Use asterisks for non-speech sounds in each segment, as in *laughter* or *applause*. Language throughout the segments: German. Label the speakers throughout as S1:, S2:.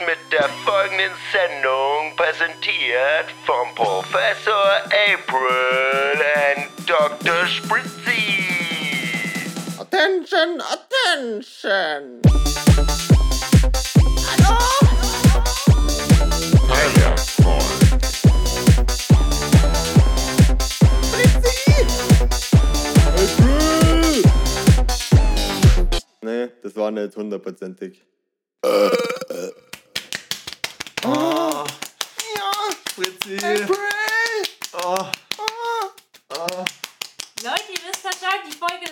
S1: wird der folgenden Sendung präsentiert vom Professor April und Dr. Spritzi.
S2: Attention, attention! Nee, das war nicht hundertprozentig.
S3: Leute, ihr wisst Bescheid, die Folge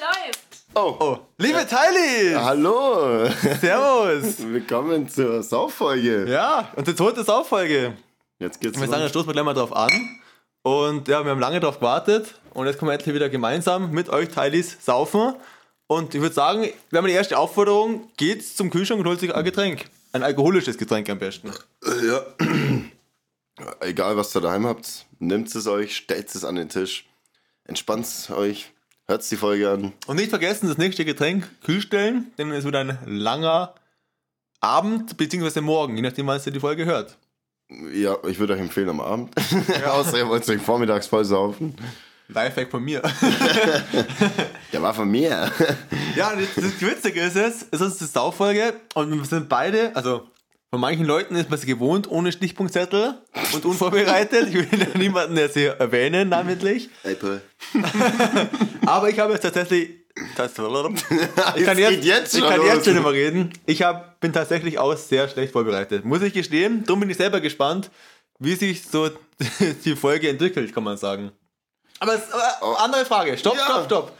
S3: läuft.
S4: Liebe Teilis!
S5: Hallo,
S4: Servus!
S5: willkommen zur Sauffolge.
S4: Ja, und jetzt holt es auf Folge.
S5: Jetzt geht's
S4: Ich würde sagen, da
S5: los.
S4: stoßen wir gleich mal drauf an. Und ja, wir haben lange drauf gewartet und jetzt kommen wir endlich wieder gemeinsam mit euch Teilis saufen. Und ich würde sagen, wir haben die erste Aufforderung, geht's zum Kühlschrank und holt sich ein Getränk. Ein alkoholisches Getränk am besten.
S5: *clears throat* Egal, was ihr daheim habt, nehmt es euch, stellt es an den Tisch, entspannt euch, hört die Folge an.
S4: Und nicht vergessen, das nächste Getränk kühl stellen, denn es wird ein langer Abend bzw. Morgen, je nachdem, wann ihr die Folge hört.
S5: Ja, ich würde euch empfehlen am Abend. *laughs* Außer ihr wollt euch vormittags voll saufen.
S4: Lifehack von mir. *laughs*
S5: Der war von mir. *laughs*
S4: Ja, und jetzt- das Witzige ist es, es ist die Saufolge und wir sind beide, also von manchen Leuten ist man es gewohnt, ohne Stichpunktzettel und unvorbereitet. Ich will *laughs* ja niemanden jetzt hier erwähnen, namentlich.
S5: April.
S4: Aber ich habe jetzt tatsächlich.
S5: *laughs*
S4: Das, ich kann
S5: Jetzt geht
S4: jetzt,
S5: jetzt
S4: ich
S5: schon
S4: kann
S5: los.
S4: jetzt schon nicht mehr reden. Ich hab, bin tatsächlich auch sehr schlecht vorbereitet. Muss ich gestehen, darum bin ich selber gespannt, wie sich so *laughs* die Folge entwickelt, kann man sagen. Aber es aber andere Frage. Stopp,
S5: Oh. Ja.
S4: stopp, stopp.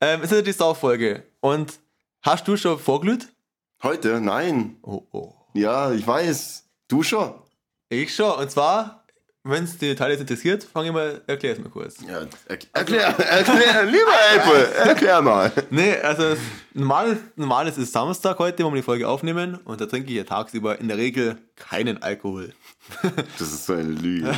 S4: Ähm, es ist ja die Sauffolge. Und hast du schon vorglüht?
S5: Heute? Nein.
S4: Oh, oh.
S5: Ja, ich weiß. Du schon?
S4: Ich schon. Und zwar, wenn es die Details interessiert, fange ich mal, erklär es mir kurz.
S5: Ja, er- erklär, *laughs* erklär, lieber *laughs* April, erklär mal.
S4: Nee, also es, normal, normal ist es Samstag heute, wo wir die Folge aufnehmen und da trinke ich ja tagsüber in der Regel keinen Alkohol.
S5: Das ist so eine Lüge.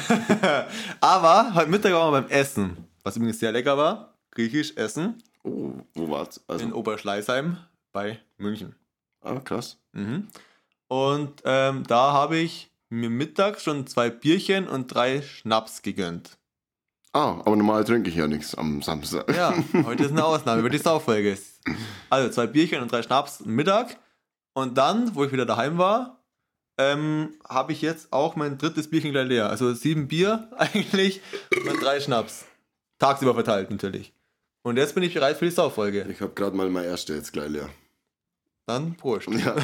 S4: Aber heute Mittag waren wir beim Essen, was übrigens sehr lecker war. Griechisch essen
S5: Oh, wo war's?
S4: in
S5: Also,
S4: Oberschleißheim bei München.
S5: ah, krass.
S4: Mhm. Und ähm, da habe ich mir mittags schon zwei Bierchen und drei Schnaps gegönnt.
S5: Ah, aber normal trinke ich ja nichts am Samstag. *laughs*
S4: Ja, heute ist eine Ausnahme über die Sauffolge. Also zwei Bierchen und drei Schnaps Mittag. Und dann, wo ich wieder daheim war, ähm, habe ich jetzt auch mein drittes Bierchen gleich leer. Also sieben Bier *laughs* eigentlich und drei Schnaps. Tagsüber verteilt natürlich. Und jetzt bin ich bereit für die Sauffolge.
S5: Ich habe gerade mal meine erste jetzt gleich leer.
S4: Dann Prost.
S5: *laughs* Ja,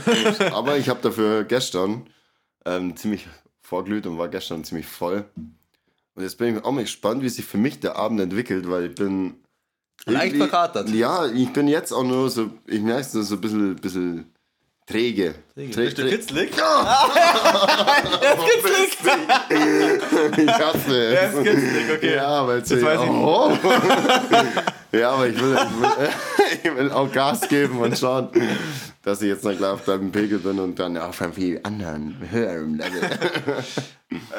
S5: aber ich habe dafür gestern ähm, ziemlich vorglüht und war gestern ziemlich voll. Und jetzt bin ich auch mal gespannt, wie sich für mich der Abend entwickelt, weil ich bin.
S4: Leicht
S5: irgendwie-
S4: verkatert.
S5: Ja, ich bin jetzt auch nur so, ich merke es so ein bisschen, bisschen träge.
S4: Bist
S5: *laughs*
S4: du kitzlig? *laughs*
S5: Ich hasse
S4: Er ist
S5: es.
S4: kitzlig, okay.
S5: Ja, weil
S4: Das weiß ich
S5: oh. Ja, aber ich will, *laughs* ich, will, ich will auch Gas geben und schauen, dass ich jetzt noch gleich auf deinem Pegel bin und dann auf einem viel anderen Also, höheren Level.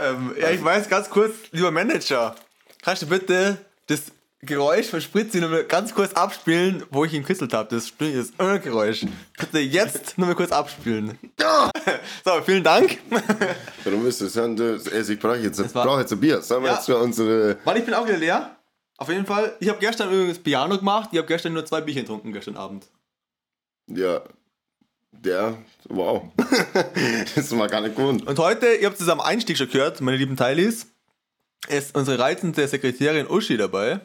S4: Ähm, ja, ich weiß ganz kurz, lieber Manager, kannst du bitte das Geräusch von Spritzi nochmal ganz kurz abspielen, wo ich ihn gekritzelt habe. Das Spr- das äh, Geräusch. Bitte jetzt nochmal kurz abspielen. *laughs* So, vielen Dank.
S5: Warum willst du es hören? Du- ey, Ich brauche jetzt, ich
S4: war-
S5: brauch jetzt ein Bier. Sollen wir
S4: Ja.
S5: jetzt schon unsere.
S4: Mann, ich bin auch wieder leer. Auf jeden Fall. Ich habe gestern übrigens Piano gemacht. Ich habe gestern nur zwei Bierchen getrunken, gestern Abend.
S5: Ja. Der. Wow. *laughs* das ist mal gar nicht gewohnt.
S4: Und heute, ihr habt es am Einstieg schon gehört, meine lieben Teilis, ist unsere reizende Sekretärin Uschi dabei.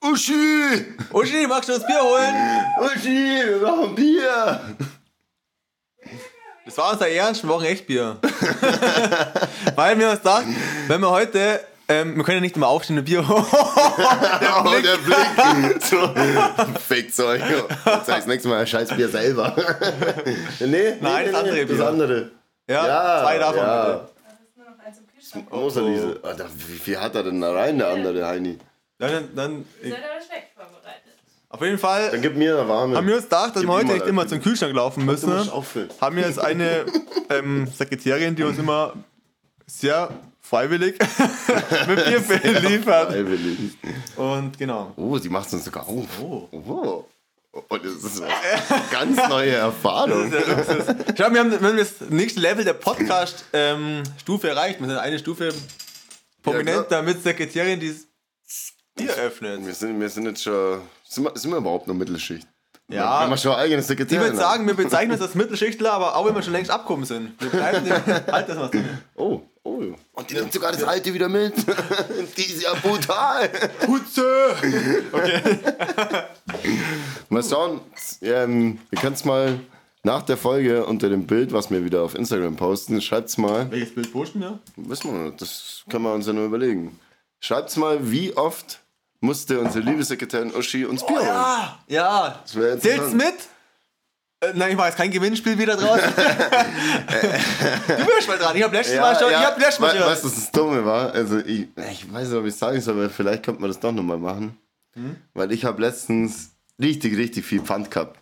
S5: Uschi!
S4: Uschi, magst du das Bier holen?
S5: Uschi, wir brauchen Bier!
S4: Das war unser Ernst, wir brauchen echt Bier. *laughs* Weil wir uns dachten, wenn wir heute, ähm, wir können ja nicht immer aufstehen und Bier *laughs* holen.
S5: Der oh, der *laughs* Blick. so, Fake-Zeug. Sag das nächste Mal, scheiß Bier selber. *laughs* nee, nee, nee,
S4: Nein, das
S5: nee,
S4: andere
S5: Das
S4: Bier.
S5: andere.
S4: ja,
S5: Ja,
S4: zwei davon
S5: ja.
S4: bitte. Oh.
S5: Rosalise. Alter, wie viel hat er denn da rein, der andere Heini?
S4: Dann, dann,
S3: Seid ihr schlecht vorbereitet?
S4: auf jeden
S5: Dann
S4: Fall
S5: gib mir eine warme.
S4: haben wir ne? uns gedacht, dass
S5: Gib
S4: wir
S5: ihm
S4: heute
S5: mal
S4: nicht
S5: das
S4: immer
S5: Bier.
S4: zum Kühlschrank laufen
S5: Du musst
S4: müssen.
S5: auffüllen.
S4: Haben wir jetzt eine ähm, Sekretärin, die uns immer sehr freiwillig *laughs* mit Bier beliefert.
S5: Freiwillig.
S4: Und genau.
S5: Oh, sie macht uns sogar auf.
S4: Oh.
S5: Oh. Oh. Und es ist eine ganz neue
S4: *laughs*
S5: Erfahrung.
S4: Ich glaube, wir haben, wir haben das nächste Level der Podcast-Stufe erreicht. Wir sind eine Stufe
S5: Ja, klar.
S4: prominent, damit Sekretärin die Bier öffnet.
S5: Wir sind, wir sind jetzt schon. Sind wir, sind wir überhaupt nur Mittelschicht?
S4: Ja.
S5: Wenn wir schon eigene
S4: Ich
S5: Sekretärin
S4: würde sagen, wir bezeichnen uns als Mittelschichtler, aber auch wenn wir schon längst abgekommen sind. Wir bleiben dem, halt das mal so.
S5: haben. Oh, oh. Und die nimmt sogar das alte wieder mit. *laughs* die ist ja brutal.
S4: Putze!
S5: Mal schauen. Ähm, ihr könnt es mal nach der Folge unter dem Bild, was wir wieder auf Instagram posten, schreibt's mal.
S4: Welches Bild posten wir?
S5: Wissen wir noch, das können wir uns ja nur überlegen. Schreibt's mal, wie oft musste unsere liebe Sekretärin Uschi uns Bier holen.
S4: Ah, ja.
S5: Das wär jetzt
S4: Zählt's
S5: dran.
S4: mit? Äh, Nein, ich mache jetzt kein Gewinnspiel wieder draus.
S5: *laughs*
S4: du bist mal dran. Ich habe letztes Mal schon. ich hab letztes Mal
S5: wei-
S4: schon.
S5: Weißt du, was das Dumme war? Also ich, ich weiß nicht, ob ich sagen soll, aber vielleicht könnte man das doch nochmal machen.
S4: Hm?
S5: Weil ich habe letztens richtig, richtig viel Pfand gehabt.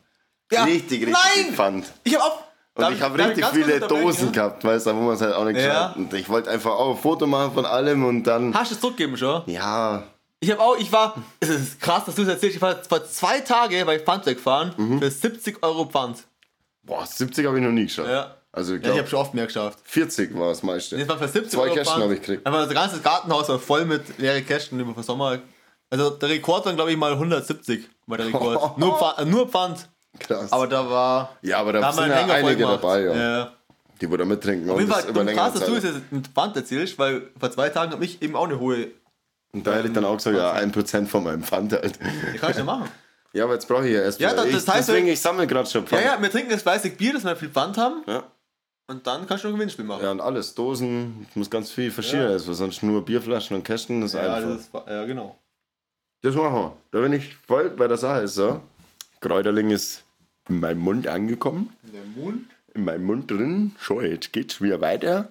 S4: Ja.
S5: Richtig, richtig viel
S4: Nein!
S5: Pfand.
S4: Ich habe auch.
S5: Und
S4: Darf
S5: ich habe
S4: darf
S5: richtig
S4: ganz kurz
S5: viele
S4: unterbrechen,
S5: Dosen
S4: ja?
S5: gehabt, weißt du, da wo man es halt auch nicht
S4: Ja.
S5: ja. Und ich wollte einfach auch ein Foto machen von allem und dann.
S4: Hast du es zurückgegeben schon?
S5: Ja,
S4: Ich habe auch, ich war, es ist krass, dass du es erzählst, ich war vor zwei Tagen bei Pfand wegfahren
S5: Mhm.
S4: für 70 Euro Pfand.
S5: boah, 70 habe ich noch nie geschafft.
S4: Ja.
S5: Also ich
S4: Ja, ich
S5: glaube,
S4: habe schon oft mehr geschafft.
S5: 40 war das meiste.
S4: Das war für 70
S5: Zwei
S4: Euro
S5: Kästen
S4: Pfand.
S5: habe ich gekriegt.
S4: Aber unser ganzes Gartenhaus war voll mit leeren Kästen über den Sommer. Also der Rekord waren glaube ich mal 170, war
S5: *laughs*
S4: der Rekord. nur, Pfand, äh, nur Pfand.
S5: Krass.
S4: Aber da war,
S5: ja, aber
S4: da
S5: da
S4: haben wir
S5: sind
S4: einen
S5: ja
S4: länger voll
S5: einige
S4: gemacht.
S5: dabei, ja,
S4: ja.
S5: die wo da mittrinken.
S4: Auf
S5: und
S4: jeden
S5: das halt
S4: Fall, dumm krass, dass du
S5: Zeit.
S4: es jetzt mit Pfand erzählst, weil vor zwei Tagen habe ich eben auch eine hohe.
S5: Und da hätte ich dann auch gesagt, ja, 1% von meinem Pfand halt.
S4: Die kann ich nicht machen.
S5: Ja, aber jetzt brauche ich ja erst
S4: Ja,
S5: wieder.
S4: das- das
S5: ich,
S4: heißt,
S5: Deswegen, ich sammle gerade schon
S4: Ja,
S5: Pfand.
S4: ja, wir trinken jetzt fleißig Bier, dass wir viel Pfand haben.
S5: Ja.
S4: Und dann kannst du noch ein Gewinnspiel machen.
S5: Ja, und alles, Dosen, ich muss ganz viel verschiedenes, weil sonst nur Bierflaschen und Kästen ist
S4: Ja,
S5: einfach.
S4: das
S5: Das,
S4: ist, ja genau.
S5: machen wir. Da bin ich voll bei der Sache, so. Kräuterling ist in meinem Mund angekommen,
S4: Der Mund.
S5: in meinem Mund drin. Schon, jetzt geht's wieder weiter.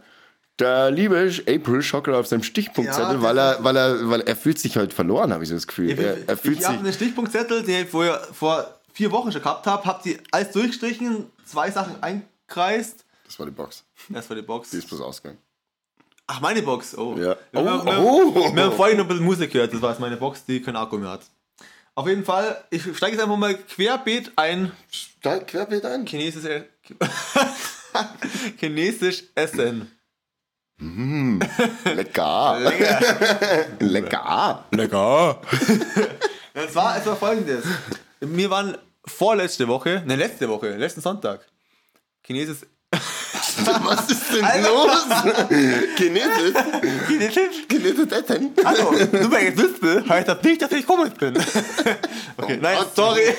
S5: Der liebe April Schocker auf seinem Stichpunktzettel,
S4: Ja,
S5: weil, er, weil, er, weil er fühlt sich halt verloren, habe ich so das Gefühl. er, er fühlt
S4: ich
S5: sich.
S4: habe einen Stichpunktzettel, den ich vorher, vor vier Wochen schon gehabt habe, habe die alles durchgestrichen, zwei Sachen einkreist.
S5: Das war die Box.
S4: Das war die Box.
S5: Die ist bloß ausgegangen.
S4: Ach, meine Box. Oh.
S5: Ja.
S4: Wir,
S5: Oh,
S4: haben, wir,
S5: oh.
S4: wir haben vorhin noch ein bisschen Musik gehört. Das war jetzt meine Box, die keinen Akku mehr hat. Auf jeden Fall, ich steige jetzt einfach mal querbeet ein
S5: Da querbeet ein.
S4: chinesisches, E- *laughs* Chinesisch Essen.
S5: Lecker. *laughs* Lecker.
S4: Lecker. Das war, es war folgendes. Wir waren vorletzte Woche, ne, letzte Woche, letzten Sonntag. Chinesis.
S5: *laughs* Was ist denn los? Genetisch?
S4: Chinesisch?
S5: Genetisch Essen?
S4: Hallo, du bist jetzt Wüstel, heißt das nicht, dass ich komisch bin. Okay, nein,
S5: Gott.
S4: sorry.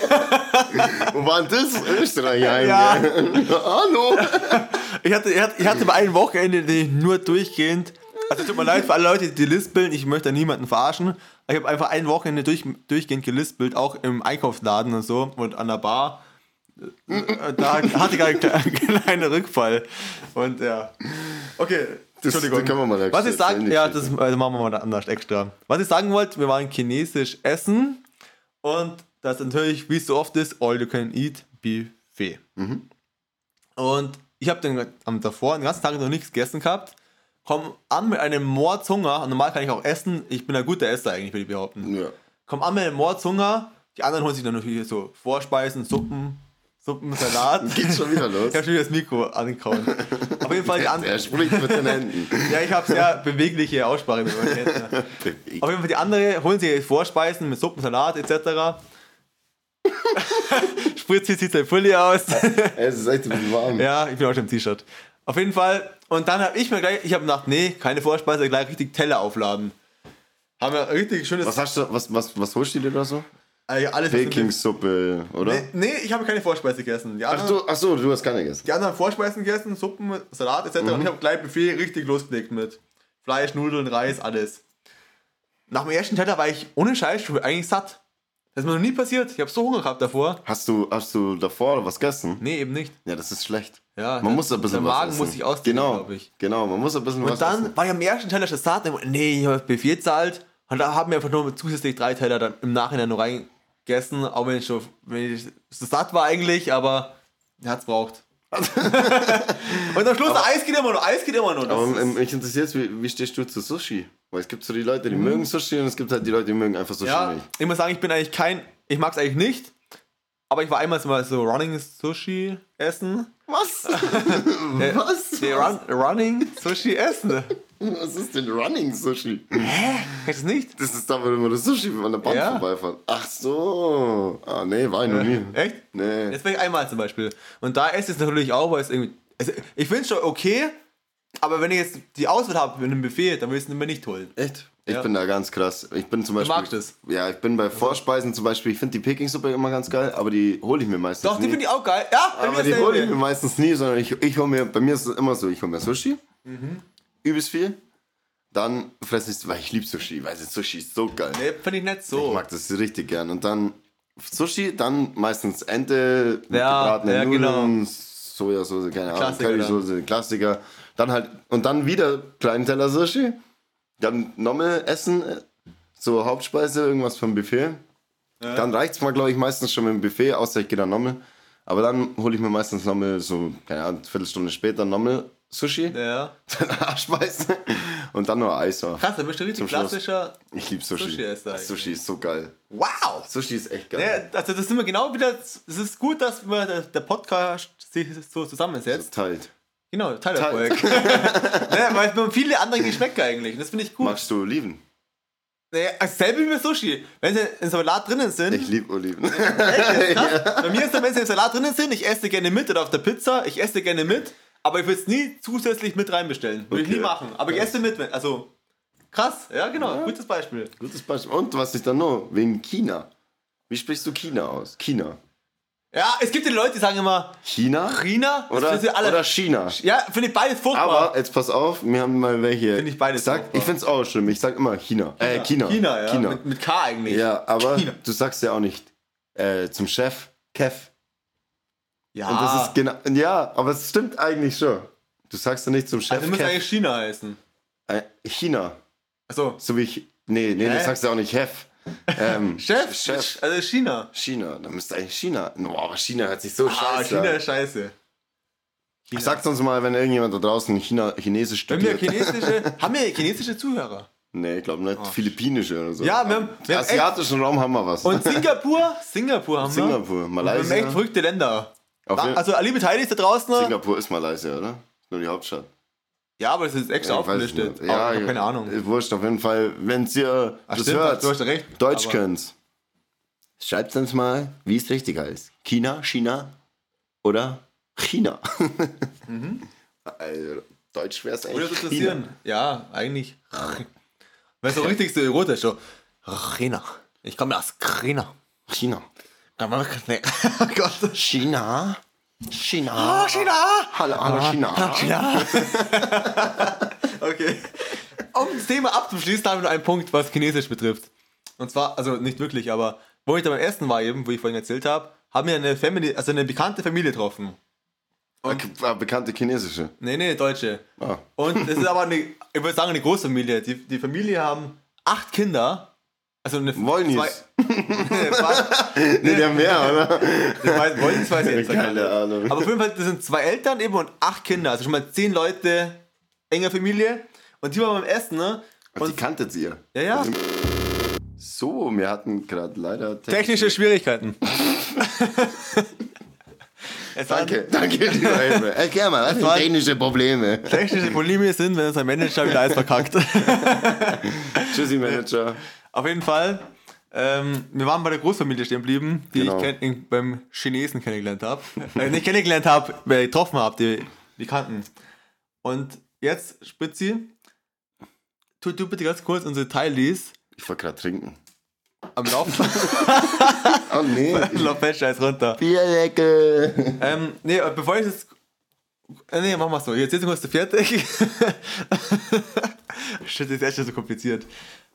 S5: Wo war denn das? Österreich heim.
S4: Ja.
S5: *laughs* Hallo.
S4: Ich hatte, ich hatte- ich hatte bei einem Wochenende die nur durchgehend. Also tut mir leid für alle Leute, die lispeln, ich möchte da niemanden verarschen. Ich habe einfach ein Wochenende durch, durchgehend gelispelt, auch im Einkaufsladen und so und an der Bar. Äh, Da hatte ich gerade einen kleinen *laughs* Rückfall. Und ja. Okay,
S5: Das-
S4: Entschuldigung.
S5: das können wir mal extra
S4: Was ich
S5: erzählen,
S4: sagen,
S5: die
S4: ja, das also machen wir mal da anders extra. Was ich sagen wollte, wir waren chinesisch essen und das natürlich, wie es so oft ist, all you can eat Buffet. Und ich habe den am davor den ganzen Tag noch nichts gegessen gehabt. Komm an mit einem Mordshunger. Und normal kann ich auch essen. Ich bin ein guter Esser eigentlich, würde ich behaupten.
S5: Ja.
S4: Komm an mit einem Mordshunger. Die anderen holen sich dann natürlich so Vorspeisen, Suppen, Suppen, Salat.
S5: Geht's schon wieder los?
S4: Ich habe schon wieder das Mikro angehauen. Auf jeden Fall die
S5: Er
S4: andere.
S5: spricht mit den Händen.
S4: Ja, ich habe sehr bewegliche Aussprache. mit meinen Händen. Auf jeden Fall die andere holen sich Vorspeisen mit Suppen, Salat etc. *laughs* Spritzt sich sein Pulli aus.
S5: Es ist echt ein bisschen warm.
S4: Ja, ich bin auch schon im T-Shirt. Auf jeden Fall. Und dann habe ich mir gleich, ich habe gedacht, nee, keine Vorspeise, gleich richtig Teller aufladen. Haben wir richtig schönes.
S5: Was hast du, was, was, was holst du dir da so?
S4: Äh, alles, was
S5: Peking-Suppe, oder?
S4: du- Nee, ich habe keine Vorspeise gegessen. Die
S5: Ach,
S4: anderen,
S5: du, ach so, du hast keine gegessen.
S4: die anderen haben Vorspeisen gegessen, Suppen, Salat etc. Und
S5: Mhm.
S4: ich habe gleich Buffet richtig losgelegt mit Fleisch, Nudeln, Reis, alles. Nach dem ersten Teller war ich ohne Scheiß schon eigentlich satt. Das ist mir noch nie passiert. Ich habe so Hunger gehabt davor.
S5: Hast du, hast du davor was gegessen?
S4: Nee, eben nicht.
S5: Ja, das ist schlecht.
S4: Ja,
S5: man
S4: der-
S5: muss ein bisschen
S4: der
S5: was
S4: Magen
S5: essen.
S4: muss sich ausdehnen,
S5: genau,
S4: glaub ich.
S5: Genau, man muss ein bisschen was
S4: Und dann
S5: essen.
S4: war ich am ersten Teller schon satt. und Nee, ich habe Buffet zahlt. Und da haben wir einfach nur zusätzlich drei Teller dann im Nachhinein noch reingegessen. Auch wenn ich schon wenn ich so satt war eigentlich, aber
S5: *laughs*
S4: hat's braucht. und am Schluss, Eis geht immer noch, Eis geht immer noch. Das
S5: Aber
S4: ist-
S5: ähm, mich interessiert, wie, wie stehst du zu Sushi? Weil es gibt so die Leute, die mögen Sushi und es gibt halt die Leute, die mögen einfach Sushi
S4: ja,
S5: nicht.
S4: ich muss sagen, ich bin eigentlich kein, ich mag's eigentlich nicht. Aber ich war einmal so mal so Running Sushi essen.
S5: Was? *laughs* Äh. Was?
S4: Nee, run, Running Sushi essen.
S5: Was ist denn Running Sushi?
S4: Kennst du es nicht?
S5: Das ist da, wo immer das Sushi an der Bahn
S4: Ja.
S5: vorbeifährt. Ach so. Ah, nee, war ich noch nie.
S4: Echt?
S5: Nee.
S4: Jetzt bin ich einmal zum Beispiel. Und da esse ich es natürlich auch, weil es irgendwie. Also ich finde es schon okay, aber wenn ich jetzt die Auswahl habe mit einem Buffet, dann will ich es mir nicht holen.
S5: Echt? Ich
S4: Ja.
S5: bin da ganz krass. Ich Mhm. bin zum Beispiel.
S4: magst es?
S5: Ja, ich bin bei Vorspeisen zum Beispiel. Ich finde die Pekingsuppe immer ganz geil, aber die hole ich mir meistens
S4: Doch,
S5: nie.
S4: die finde ich auch geil. Ja, bei mir
S5: aber die
S4: dasselbe.
S5: hole ich mir meistens nie, sondern ich, ich hole mir, bei mir ist es immer so, ich hole mir Sushi, übelst viel, dann fresse ich es, weil ich liebe Sushi, weil Sushi ist so geil.
S4: Nee, finde ich nicht
S5: Ich
S4: so.
S5: mag das richtig gern. Und dann Sushi, dann meistens Ente, mit
S4: Ja,
S5: gebratene
S4: ja, genau.
S5: Nudeln, Sojasauce, keine Ahnung,
S4: Klassiker
S5: Currysoße, Klassiker. Dann halt, und dann wieder kleinen Teller Sushi, dann nochmal Essen, so Hauptspeise, irgendwas vom Buffet. Dann reicht's mal, glaube ich, meistens schon mit dem Buffet, außer ich gehe dann nochmal. Aber dann hole ich mir meistens nochmal so, keine Ahnung, Viertelstunde später nochmal Sushi,
S4: Ja.
S5: *laughs* dann Arschspeise und dann noch Eis. so.
S4: Krass, da bist du richtig
S5: Zum Schluss.
S4: klassischer.
S5: Ich liebe Sushi.
S4: Sushi ist da
S5: Sushi ist so geil.
S4: Wow!
S5: Sushi ist echt geil.
S4: Nee, also das sind wir genau wieder. Es ist gut, dass wir, der- der Podcast sich so zusammensetzt.
S5: Teilt.
S4: Genau, Teilerfolg. *laughs* naja, weil es mir viele andere Geschmäcker eigentlich. Und das finde ich gut.
S5: Magst du Oliven?
S4: Naja, dasselbe wie mit Sushi. Wenn sie in Salat drinnen sind,
S5: Ich liebe
S4: *laughs*
S5: Oliven.
S4: Bei mir ist dann, wenn sie im Salat drinnen sind, ich esse gerne mit oder auf der Pizza, ich esse gerne mit, aber ich würde es nie zusätzlich mit reinbestellen. Würde ich
S5: Okay.
S4: nie machen. Aber ich esse mit, wenn- also krass, ja genau, gutes Beispiel.
S5: Gutes Beispiel. Und was ich dann noch, wegen China. Wie sprichst du China aus? China.
S4: Ja, es gibt ja die Leute, die sagen immer
S5: China?
S4: China, das
S5: Oder,
S4: sind sie alle.
S5: oder China.
S4: ja, finde ich beides furchtbar.
S5: Aber jetzt pass auf, wir haben mal welche.
S4: Find ich beides
S5: Sag,
S4: furchtbar.
S5: ich find's auch schlimm. Ich sag immer China. Äh, China.
S4: China, ja,
S5: China.
S4: Mit, mit K eigentlich.
S5: ja, aber
S4: China.
S5: du sagst ja auch nicht äh, zum Chef Kev.
S4: ja. also
S5: Und das ist genau. Ja, aber es stimmt eigentlich schon. Du sagst ja nicht zum Chef
S4: also müsste
S5: Kev.
S4: eigentlich China heißen.
S5: Äh, China.
S4: Also
S5: So wie ich. Nee, nee, du
S4: Hä?
S5: sagst ja auch nicht Hef. Ähm,
S4: *laughs* Chef,
S5: Chef.
S4: also China.
S5: China, dann müsste eigentlich China. Boah, aber China hört sich so
S4: Ah,
S5: scheiße
S4: China
S5: an.
S4: ist scheiße. China.
S5: Sagt uns mal, wenn irgendjemand da draußen China, Chinesisch
S4: Wenn wir
S5: studiert. *laughs*
S4: chinesische, haben wir chinesische Zuhörer?
S5: nee, ich glaube nicht. Philippinische oder so.
S4: Ah. Ja, wir haben- wir haben echt-
S5: Asiatischen Raum haben wir was.
S4: Und Singapur? Singapur haben
S5: *laughs*
S4: wir.
S5: Singapur,
S4: Wir haben echt
S5: Malaysia.
S4: verrückte Länder.
S5: Auf
S4: Na,
S5: jeden-
S4: also alle Beteiligten da draußen.
S5: Singapur ist Malaysia, oder? Nur die Hauptstadt.
S4: Ja, aber das ist extra
S5: Ja, ich weiß
S4: aufgelistet.
S5: nicht. Ja,
S4: Aber ich hab keine Ahnung. Ah,
S5: ist Wurscht, auf jeden Fall, wenn ihr das
S4: stimmt,
S5: hört,
S4: du hast recht.
S5: Deutsch
S4: Aber-
S5: könnt, schreibt uns mal, wie es richtig heißt. China, China oder China. Also, Deutsch wäre es
S4: Würde
S5: eigentlich.
S4: das interessieren? Ja, eigentlich. Weil so richtig so erotisch so. Rena. Ich komme aus Rena.
S5: China.
S4: *laughs* Oh Gott.
S5: China. China.
S4: Oh, China!
S5: Hallo, hallo China.
S4: China! *laughs* okay. Um das Thema abzuschließen, habe ich noch einen Punkt, was Chinesisch betrifft. Und zwar, also nicht wirklich, aber wo ich da beim Essen war eben, wo ich vorhin erzählt habe, haben wir eine Family, also eine bekannte Familie getroffen.
S5: Be- ah, Bekannte chinesische.
S4: Nee, nee, Deutsche.
S5: Ah.
S4: Und es ist aber eine, ich würde sagen, eine Großfamilie. Die, die Familie haben acht Kinder. Also eine
S5: Wollnis.
S4: *laughs* Zwei,
S5: *laughs* Nee, der mehr, oder?
S4: das weiß, Wollnis weiß ich jetzt gar
S5: Keine
S4: nicht.
S5: Ahnung.
S4: Aber auf jeden Fall, das sind zwei Eltern eben und acht Kinder. Also schon mal zehn Leute, enge Familie. Und die waren beim Essen, ne?
S5: Und die kanntet ihr.
S4: Ja, ja.
S5: So, wir hatten gerade leider.
S4: Technische Schwierigkeiten. *laughs* es waren-
S5: Danke, danke, lieber Helmer. Erklär mal, was sind
S4: war-
S5: technische Probleme?
S4: Technische Probleme sind, wenn es ein Manager wieder alles verkackt.
S5: Tschüssi, Manager.
S4: Auf jeden Fall, ähm, wir waren bei der Großfamilie stehen geblieben, die
S5: Genau.
S4: ich kenn, in, beim Chinesen kennengelernt habe. *laughs* äh, nicht kennengelernt habe, weil getroffen habe, die, die kannten. Und jetzt, Spritzi, tu du bitte ganz kurz unsere Teilis
S5: Ich wollte gerade trinken.
S4: am Laufen.
S5: *laughs* Oh nee.
S4: *laughs* Lauf fest, scheiß runter.
S5: Bierdeckel.
S4: Ähm, nee, äh, bevor ich das. Äh, nee, mach mal so. Jetzt ist kurz zu fertig. *laughs* Shit, das ist echt schon so kompliziert.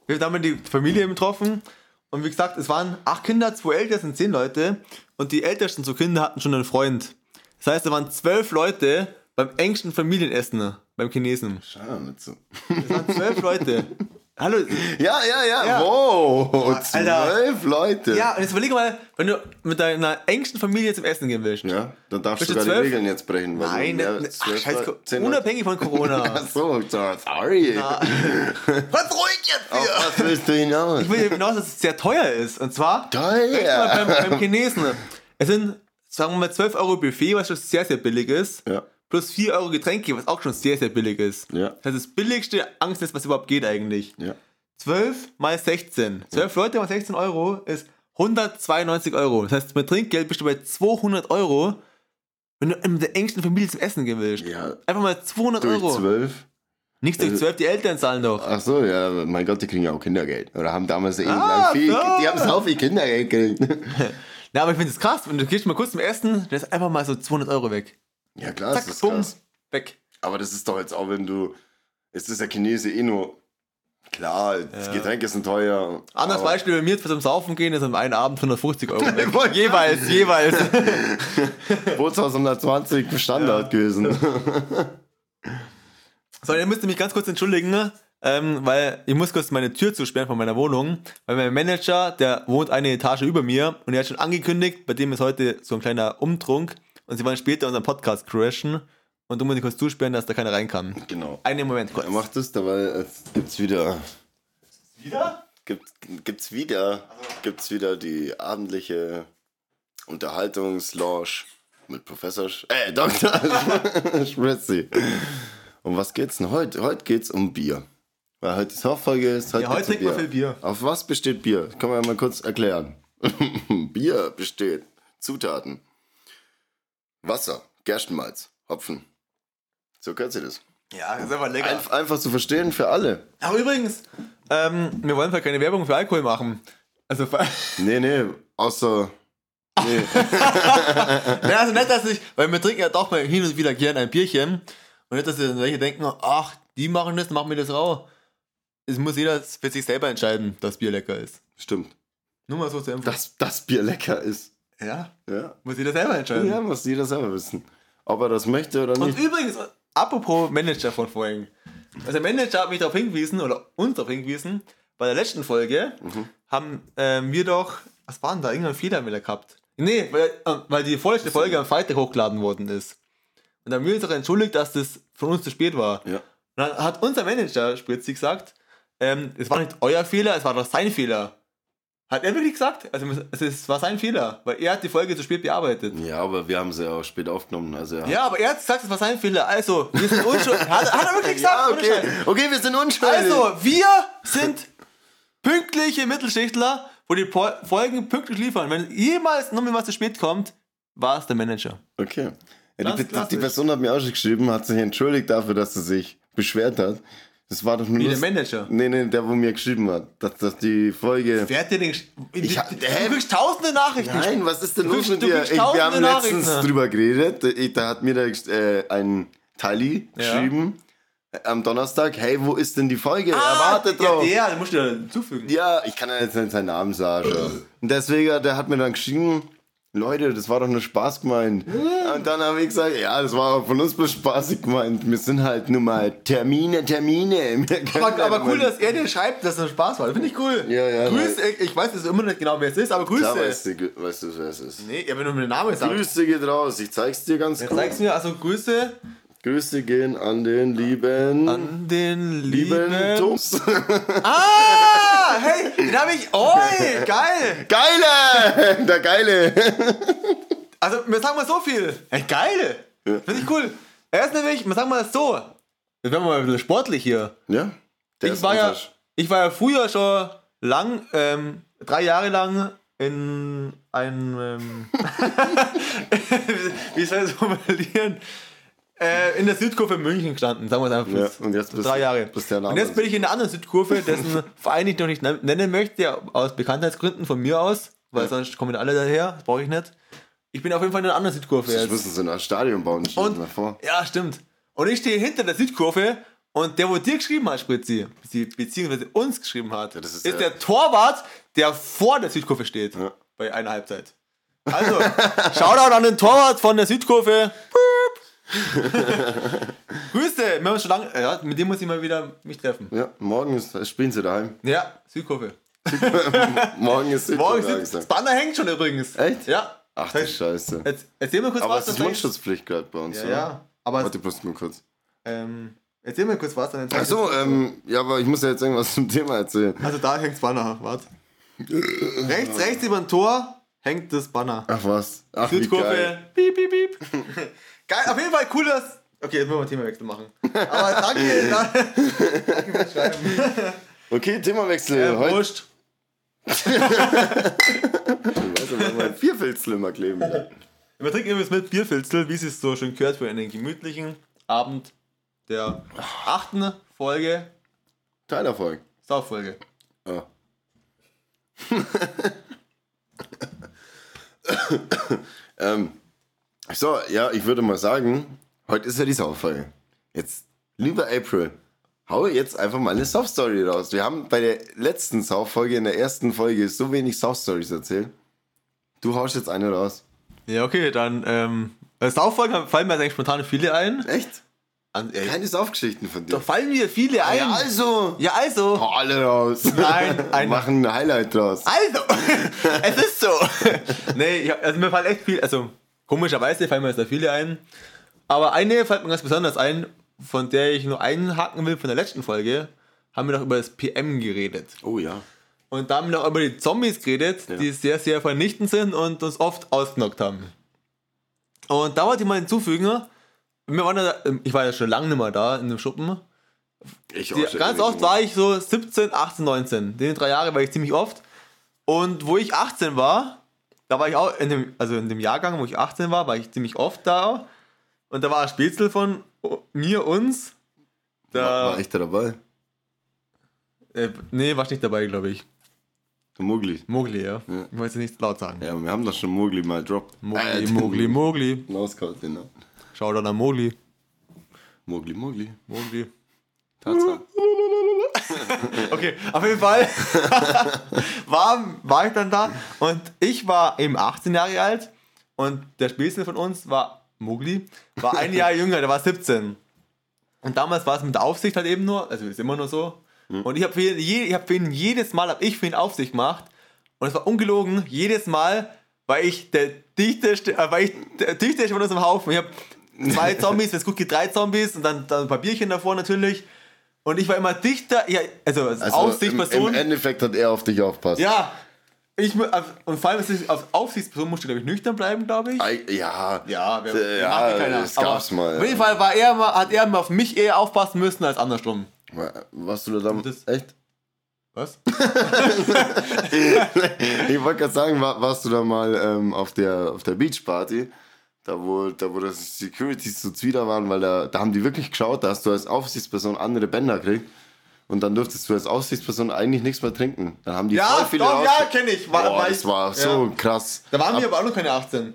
S4: Wir haben dann die Familie eben getroffen. Und wie gesagt, es waren acht Kinder, zwei Älteste und zehn Leute. Und die ältesten so Kinder hatten schon einen Freund. Das heißt, da waren zwölf Leute beim engsten Familienessen ne? beim Chinesen.
S5: Ah, nicht so. *laughs*
S4: Das waren zwölf Leute. Hallo.
S5: Ja, ja, ja,
S4: Ja.
S5: Wow.
S4: Alter.
S5: Zwölf Leute.
S4: Ja, und jetzt überlege mal, wenn du mit deiner engsten Familie zum Essen gehen willst.
S5: Ja, dann darfst
S4: Bist
S5: du
S4: du
S5: sogar die
S4: zwölf?
S5: Regeln jetzt brechen. weil du
S4: Nein,
S5: mehr
S4: ne-
S5: als
S4: ach,
S5: zwölf
S4: scheiß,
S5: Leute- zehn Leute-
S4: unabhängig
S5: *laughs*
S4: von Corona.
S5: Ach so, so, sorry.
S4: Was ruhig jetzt
S5: Auf was willst du hinaus?
S4: Ich will hinaus, dass es sehr teuer ist. Und zwar
S5: Teuer.
S4: echt mal beim, beim Chinesen. Es sind, sagen wir mal, 12 Euro Buffet, was schon sehr, sehr billig ist.
S5: Ja.
S4: Plus 4 Euro Getränke, was auch schon sehr, sehr billig ist.
S5: Ja.
S4: Das heißt, das billigste Angstnetz, was überhaupt geht eigentlich.
S5: Ja.
S4: 12 mal 16. 12 Leute mal 16 Euro ist 192 Euro. Das heißt, mit Trinkgeld bist du bei 200 Euro, wenn du in der engsten Familie zum Essen gehen willst.
S5: Ja,
S4: Einfach mal 200
S5: durch
S4: Euro.
S5: zwölf. Also Ah.
S4: Nichts durch 12, die Eltern zahlen doch.
S5: Ach so, ja, mein Gott, die kriegen ja auch Kindergeld. Oder haben damals eh
S4: Ah,
S5: viel,
S4: so.
S5: die haben sau viel Kindergeld gekriegt.
S4: Na, aber ich finde es krass, wenn du gehst mal kurz zum Essen, dann ist einfach mal so 200 Euro weg.
S5: Ja, klar,
S4: Zack,
S5: das ist
S4: bumm,
S5: krass.
S4: weg.
S5: Aber das ist doch jetzt auch, wenn du. Jetzt ist der Chinese eh nur. Klar, das
S4: Ja.
S5: Getränk ist ein teuer.
S4: Anderes
S5: aber-
S4: Beispiel, *laughs* bei mir jetzt zum Saufen gehen, ist am einen Abend 150 Euro *laughs* weg.
S5: Wollte-
S4: jeweils, jeweils.
S5: Bootshaus 120 Standard gewesen.
S4: So, ihr müsst mich ganz kurz entschuldigen, ähm, weil ich muss kurz meine Tür zusperren von meiner Wohnung, weil mein Manager, der wohnt eine Etage über mir und er hat schon angekündigt, bei dem ist heute so ein kleiner Umtrunk und sie wollen später unseren Podcast crashen und du musst dich kurz zusperren, dass da keiner rein kann.
S5: *laughs* Genau.
S4: Einen Moment kurz.
S5: Er macht es dabei, es gibt's wieder. Wieder? Gibt, gibt's wieder. Gibt's wieder die abendliche Unterhaltungslounge mit Professor. Sch äh, *laughs* Dr. Schmitzi. Um was geht's denn heute? Heute geht's um Bier. Weil heute die Hauptfolge ist. Heute,
S4: Ja, heute
S5: geht's um
S4: trinken wir viel Bier.
S5: Auf was besteht Bier? Können wir mal kurz erklären. *laughs* Bier besteht. Zutaten: Wasser, Gerstenmalz, Hopfen. So kennt ihr das.
S4: Ja, das ist einfach lecker.
S5: Einf einfach zu verstehen für alle.
S4: Aber übrigens, ähm, wir wollen vielleicht keine Werbung für Alkohol machen. Also, *laughs* vor-
S5: Nee, nee, außer. Nee.
S4: Nein, also nicht, dass ich, weil wir trinken ja doch mal hin und wieder gerne ein Bierchen. Und nicht, dass dann welche denken, ach, die machen das, machen wir das auch. Es muss jeder für sich selber entscheiden, dass Bier lecker ist.
S5: Stimmt.
S4: Nur mal so zur Info.
S5: Dass das Bier lecker ist.
S4: ja,
S5: Ja.
S4: muss jeder selber entscheiden.
S5: Ja, muss jeder selber wissen. Ob er das möchte oder
S4: Mhm. Und
S5: nicht.
S4: übrigens, apropos Manager von vorhin. Also der Manager hat mich darauf hingewiesen, oder uns darauf hingewiesen, bei der letzten Folge
S5: Mhm.
S4: haben ähm, wir doch, was war denn da, irgendein Fehler wieder gehabt? Nee, weil, äh, weil die vorletzte Folge am Freitag hochgeladen worden ist. Und dann haben wir uns doch entschuldigt, dass das von uns zu spät war.
S5: Ja.
S4: Und dann hat unser Manager, Spritzi, gesagt, ähm, es war nicht euer Fehler, es war doch sein Fehler. Hat er wirklich gesagt? Also es ist- war sein Fehler, weil er hat die Folge zu spät bearbeitet.
S5: Ja, aber wir haben sie ja auch spät aufgenommen. Also,
S4: Ja, aber er hat gesagt, es war sein Fehler. Also, wir
S5: *laughs*
S4: sind unschuldig. Hat, hat er wirklich gesagt?
S5: Ja,
S4: unschuldig.
S5: okay. okay, wir sind unschuldig.
S4: Also, wir sind pünktliche Mittelschichtler, wo die Po- Folgen pünktlich liefern. Wenn jemals nochmal was zu spät kommt, war es der Manager.
S5: Okay. Ja,
S4: Ganz
S5: die, die, die
S4: klassisch.
S5: Person hat mir auch schon geschrieben, hat sich entschuldigt dafür, dass sie sich beschwert hat. Das war doch nur.
S4: Wie der
S5: lust-
S4: Manager?
S5: Nee, nee, der, wo mir geschrieben hat. Dass, dass die Folge.
S4: Wer hat dir den... Ich
S5: hab-
S4: du
S5: hä?
S4: kriegst tausende Nachrichten.
S5: Nein, was ist denn
S4: Du
S5: los
S4: kriegst-
S5: mit
S4: du
S5: dir?
S4: kriegst
S5: Ich, wir haben
S4: tausende
S5: letztens
S4: Nachrichten.
S5: drüber geredet. Ich, da hat mir da äh, ein Tali
S4: Ja.
S5: geschrieben äh, am Donnerstag: Hey, wo ist denn die Folge?
S4: Ah,
S5: Erwartet
S4: ja,
S5: drauf.
S4: der, den musst du dir zufügen.
S5: Ja, ich kann ja jetzt nicht seinen Namen sagen.
S4: Äh.
S5: Und deswegen, der hat mir dann geschrieben, Leute, das war doch nur Spaß gemeint.
S4: Äh.
S5: Und dann habe ich gesagt, ja, das war auch von uns bloß Spaß gemeint. Wir sind halt nur mal Termine, Termine. Wir können
S4: Aber, aber
S5: halt
S4: cool,
S5: mal-
S4: dass er dir schreibt, dass es Spaß war. Finde ich cool.
S5: Ja, ja,
S4: Grüße, ich, ich weiß jetzt immer nicht genau, wer es ist, aber
S5: Klar,
S4: Grüße.
S5: weißt du, weißt du, wer es ist.
S4: Nee, ja, wenn du mir den Namen sagst.
S5: Grüße geht raus, ich zeig's dir ganz
S4: Jetzt
S5: kurz.
S4: Zeig's mir, also Grüße
S5: Grüße gehen an den lieben,
S4: an den
S5: lieben Thomas.
S4: Ah, hey, den hab ich. Oi, geil.
S5: *laughs* Geile! Der Geile!
S4: Also, wir sagen mal so viel. Hey, geil. Finde ich cool. Er ist nämlich, wir sagen mal so. Jetzt werden wir mal ein bisschen sportlich hier.
S5: Ja? Der
S4: ich, war ja,
S5: unser-
S4: ich war ja früher schon lang, ähm, drei Jahre lang in
S5: *laughs*
S4: einem. Ähm, *laughs* wie soll ich das formulieren? Äh, in der Südkurve in München gestanden, sagen wir es einfach.
S5: Ja,
S4: bloß.
S5: und jetzt bist
S4: drei
S5: du-
S4: Jahre.
S5: bist du ja in einer
S4: und jetzt bin ich in der anderen Südkurve,
S5: *laughs*
S4: dessen Verein ich noch nicht ne- nennen möchte, aus Bekanntheitsgründen von mir aus, weil sonst kommen alle daher, das brauche ich nicht. Ich bin auf jeden Fall in einer anderen Südkurve
S5: Das
S4: jetzt.
S5: müssen sie in ein Stadion bauen, stell dir
S4: Und-
S5: mal vor.
S4: Ja, stimmt. Und ich stehe hinter der Südkurve und der, wo dir geschrieben hat, Spritzi, bezieh- beziehungsweise uns geschrieben hat,
S5: das ist
S4: ist
S5: der-
S4: der Torwart, der vor der Südkurve steht.
S5: Ja.
S4: Bei einer Halbzeit. Also, *laughs* Shoutout an den Torwart von der Südkurve.
S5: *laughs*
S4: Piep. Grüße, wir haben uns schon lange, ja, mit dem muss ich mal wieder mich treffen.
S5: Ja, morgen ist, äh, spielen sie daheim.
S4: Ja, Südkurve.
S5: Morgen ist
S4: Morgen
S5: Südkorea
S4: sind, das
S5: gesagt.
S4: Banner hängt schon übrigens.
S5: Echt?
S4: Ja.
S5: Ach du Scheiße.
S4: Jetzt, erzähl mal kurz
S5: Aber
S4: was.
S5: es ist
S4: das
S5: Mundschutzpflicht gerade bei uns,
S4: Ja,
S5: oder?
S4: ja. Aber,
S5: Warte bloß mal kurz.
S4: ähm, erzähl mal kurz was. dann erzähl ich
S5: Achso,
S4: das.
S5: ähm, ja, aber ich muss ja jetzt irgendwas zum Thema erzählen.
S4: Also da hängt's Banner, warte. rechts, rechts über ein Tor, hängt das Banner.
S5: Ach was. Ach, wie geil.
S4: Südkurve, piep, piep, piep. *laughs* geil, auf jeden Fall cool, dass. Okay, jetzt müssen wir Themawechsel machen. Aber *laughs* danke, danke fürs Schreiben.
S5: Okay, Themawechsel.
S4: Äh,
S5: Heute
S4: Wurscht.
S5: weiß ich noch mal Bierfilzlimmer kleben. wieder.
S4: Wir trinken übrigens mit Bierfilzel, wie es sich so schön gehört, für einen gemütlichen Abend der achten Folge,
S5: Teilerfolg.
S4: Saufolge.
S5: Ah. *laughs* ähm, so, ja, ich würde mal sagen, heute ist ja die Sauffolge. Jetzt, lieber April, hau jetzt einfach mal eine Saufstory raus. Wir haben bei der letzten Sauffolge, in der ersten Folge, so wenig Saufstories erzählt. Du haust jetzt eine raus.
S4: Ja, okay, dann. Ähm, äh, Sauffolgen haben- fallen mir jetzt eigentlich spontan viele ein.
S5: Echt?
S4: An, äh,
S5: Keine Saufgeschichten von dir.
S4: da fallen mir viele ein.
S5: ja, also.
S4: Ja, also.
S5: Hau alle *laughs* raus.
S4: Nein, eine.
S5: Machen ein Highlight draus.
S4: Also, *laughs* es ist so. *laughs* nee, ich hab, also mir fallen echt viel, also komischerweise fallen mir jetzt da viele ein. Aber eine fällt mir ganz besonders ein, von der ich nur einen haken will von der letzten Folge, haben wir noch über das PM geredet.
S5: Oh ja.
S4: Und da haben wir noch über die Zombies geredet, die sehr, sehr vernichtend sind und uns oft ausgenockt haben. Und da wollte ich mal hinzufügen, wir waren ja, ich war ja schon lange nicht mehr da in dem Schuppen.
S5: Ich eh
S4: Die,
S5: auch schon
S4: ganz
S5: ewig
S4: oft
S5: mal.
S4: war ich so 17, 18, 19. Die drei Jahre war ich ziemlich oft. Und wo ich 18 war, da war ich auch in dem, also in dem Jahrgang, wo ich 18 war, war ich ziemlich oft da. Und da war ein Spätzle von mir, uns.
S5: War
S4: Da,
S5: ich da dabei?
S4: äh, nee, warst nicht dabei, glaube ich.
S5: Der Mugli.
S4: Mogli, ja. Ich wollte es nicht laut sagen.
S5: Ja, wir haben doch schon Mugli mal droppt.
S4: Mogli,
S5: Äh, den
S4: Mogli, Mogli.
S5: Rausgeholt, den genau. Namen.
S4: Schau dann an Mogli.
S5: Mugli, Mugli.
S4: Mogli.
S5: Tatsache.
S4: Okay, auf jeden Fall war, war ich dann da und ich war eben 18 Jahre alt und der Spätzle von uns war, Mugli, war
S5: *laughs*
S4: ein Jahr jünger, der war 17. Und damals war es mit der Aufsicht halt eben nur, also ist immer nur so.
S5: Hm.
S4: Und ich habe für, ihn je, ich hab für ihn jedes Mal, habe ich für ihn Aufsicht gemacht und es war ungelogen, jedes Mal war ich der dichteste, äh, war ich der dichteste von unserem Haufen. Ich habe
S5: *laughs*
S4: zwei Zombies, wenn es gut geht, drei Zombies und dann, dann ein paar Bierchen davor natürlich. Und ich war immer dichter, ja, also, als
S5: Also
S4: Aufsichtsperson.
S5: Im, Im Endeffekt hat er auf dich aufpasst.
S4: Ja. Ich, mu- auf- und vor allem ist es als Aufsichtsperson musst du, glaube ich, nüchtern bleiben, glaube ich.
S5: Ei- Ja.
S4: wir,
S5: Äh,
S4: wir machen
S5: ja,
S4: keiner.
S5: das gab's
S4: Aber
S5: mal.
S4: Auf jeden Fall war er, mal- hat er mal auf mich eher aufpassen müssen als andersrum.
S5: Wa- Warst du da damals?
S4: Das-
S5: Echt? *laughs*
S4: Was?
S5: Ich wollte gerade sagen, war, warst du da mal ähm, auf der, auf der Beachparty? Da wo, da, wo das Securities so zwider waren, weil da, da haben die wirklich geschaut, da hast du als Aufsichtsperson andere Bänder gekriegt und dann durftest du als Aufsichtsperson eigentlich nichts mehr trinken. Dann haben die voll
S4: Ja,
S5: viele
S4: doch,
S5: rausge-
S4: ja, kenne ich. War,
S5: Boah,
S4: war
S5: das
S4: ich-
S5: war so krass.
S4: Da waren wir
S5: Ab-
S4: aber auch noch keine 18.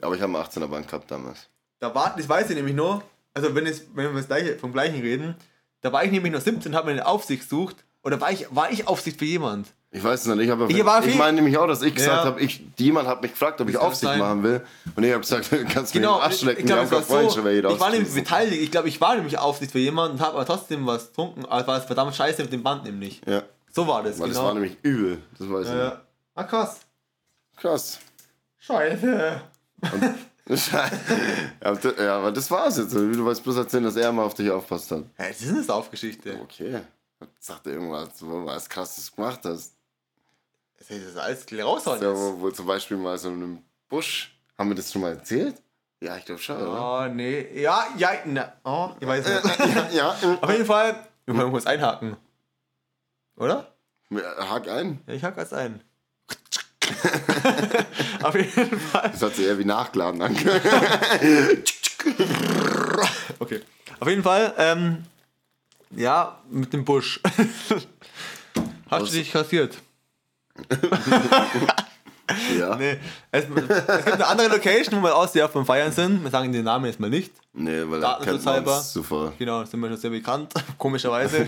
S5: aber ich habe einen 18er Bank gehabt damals.
S4: Da war, das weiß ich nämlich nur, also wenn, es, wenn wir das gleiche, vom gleichen reden, da war ich nämlich noch 17, habe mir eine Aufsicht gesucht. Oder war ich, war ich Aufsicht für jemand?
S5: Ich weiß es noch nicht, aber
S4: Ich war
S5: ich
S4: viel-
S5: meine nämlich auch, dass ich gesagt
S4: Ja.
S5: habe, ich, jemand hat mich gefragt, ob ich
S4: kann
S5: Aufsicht
S4: sein.
S5: machen will. Und ich habe gesagt, *laughs* kannst du
S4: Genau,
S5: mich
S4: ich, ich
S5: abschlecken, wir
S4: glaube,
S5: haben
S4: es
S5: gerade
S4: war
S5: vorhin
S4: so.
S5: schon welche
S4: Ich war nämlich
S5: rausgeschmissen.
S4: beteiligt, ich glaube, ich war nämlich Aufsicht für jemanden, habe aber trotzdem was getrunken, aber war es verdammt scheiße mit dem Band nämlich.
S5: Ja,
S4: So war das,
S5: weil das
S4: genau.
S5: war nämlich übel, das weiß ich nicht.
S4: Ja. Ah, krass.
S5: Krass. *laughs*
S4: Scheiße.
S5: ja, d- ja, aber das war's jetzt. Du weißt bloß erzählen, dass er mal auf dich aufpasst hat.
S4: Hä, das ist eine Saufgeschichte.
S5: Okay. Sagt er irgendwas, wo du was krasses gemacht hast.
S4: Das ist das alles gleich raushauen
S5: Ja,
S4: jetzt.
S5: wo, wo zum Beispiel mal so in einem Busch. Haben wir das schon mal erzählt? Ja, ich glaube schon, oder?
S4: Oh, nee. Ja, ja, na. Oh, ich weiß nicht.
S5: *laughs* Ja,
S4: Auf jeden Fall, wir wollen kurz einhaken. Oder?
S5: ja, hack äh, ein.
S4: Ja, ich hack
S5: *laughs*
S4: jetzt ein. *laughs* Auf jeden Fall.
S5: Das hat sich eher wie nachgeladen angehört.
S4: Okay. Auf jeden Fall, ähm, ja, mit dem Busch. *laughs* Hast du dich kassiert?
S5: Ja. Nee.
S4: Nee. Es, es gibt eine andere Location, wo wir auch sehr oft beim Feiern sind. Wir sagen den Namen jetzt mal nicht.
S5: weil da kennt man
S4: Datenschutzhalber.
S5: uns super.
S4: Genau, sind wir schon sehr bekannt, *laughs* komischerweise.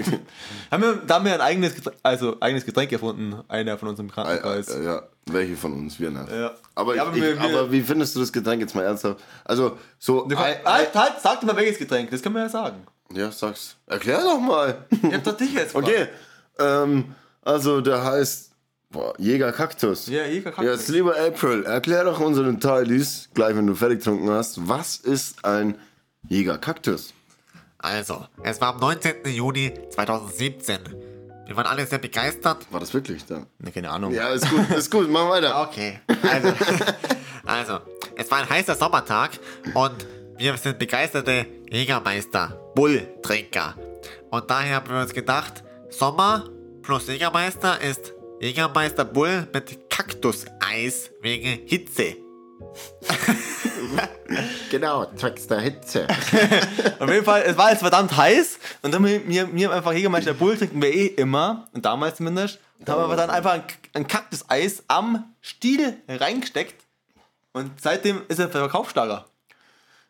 S4: haben wir, da haben wir ein eigenes Getränk, also eigenes Getränk erfunden, einer von unserem
S5: Ah, ah,
S4: Bekanntenkreis.
S5: ah, Ja, welche von uns? Wir nicht.
S4: Ja.
S5: Aber, ich,
S4: Ja, aber wir-
S5: ich,
S4: wir-
S5: aber wie findest du das Getränk jetzt mal ernsthaft? Also, so.
S4: Du
S5: ei-
S4: kannst- Halt, halt, sag doch mal welches Getränk, das können wir ja sagen.
S5: ja, sag's. Erklär doch mal.
S4: Ich hab doch dich jetzt
S5: Okay. Ähm, also, der heißt boah, Jäger Kaktus.
S4: Ja, Jäger Kaktus.
S5: Jetzt, lieber April, erklär doch unseren Teilis, gleich wenn du fertig getrunken hast, was ist ein Jäger Kaktus?
S6: Also, es war am 19. Juni 2017. Wir waren alle sehr begeistert.
S5: War das wirklich da?
S6: Ne, keine Ahnung.
S5: Ja, ist gut, ist gut, mach
S4: *laughs*
S5: weiter.
S6: Okay. Also, *laughs* also, es war ein heißer Sommertag und wir sind begeisterte Jägermeister, Bulltrinker. Und daher haben wir uns gedacht, Sommer plus Jägermeister ist Jägermeister Bull mit Kaktuseis wegen Hitze.
S5: Genau, zwecks der Hitze.
S4: Auf jeden Fall, es war jetzt verdammt heiß und dann mir, mir, mir einfach Jägermeister Bull trinken wir eh immer, und damals zumindest, und haben aber dann einfach ein, ein Kaktuseis am Stiel reingesteckt und seitdem ist er Verkaufsschlager.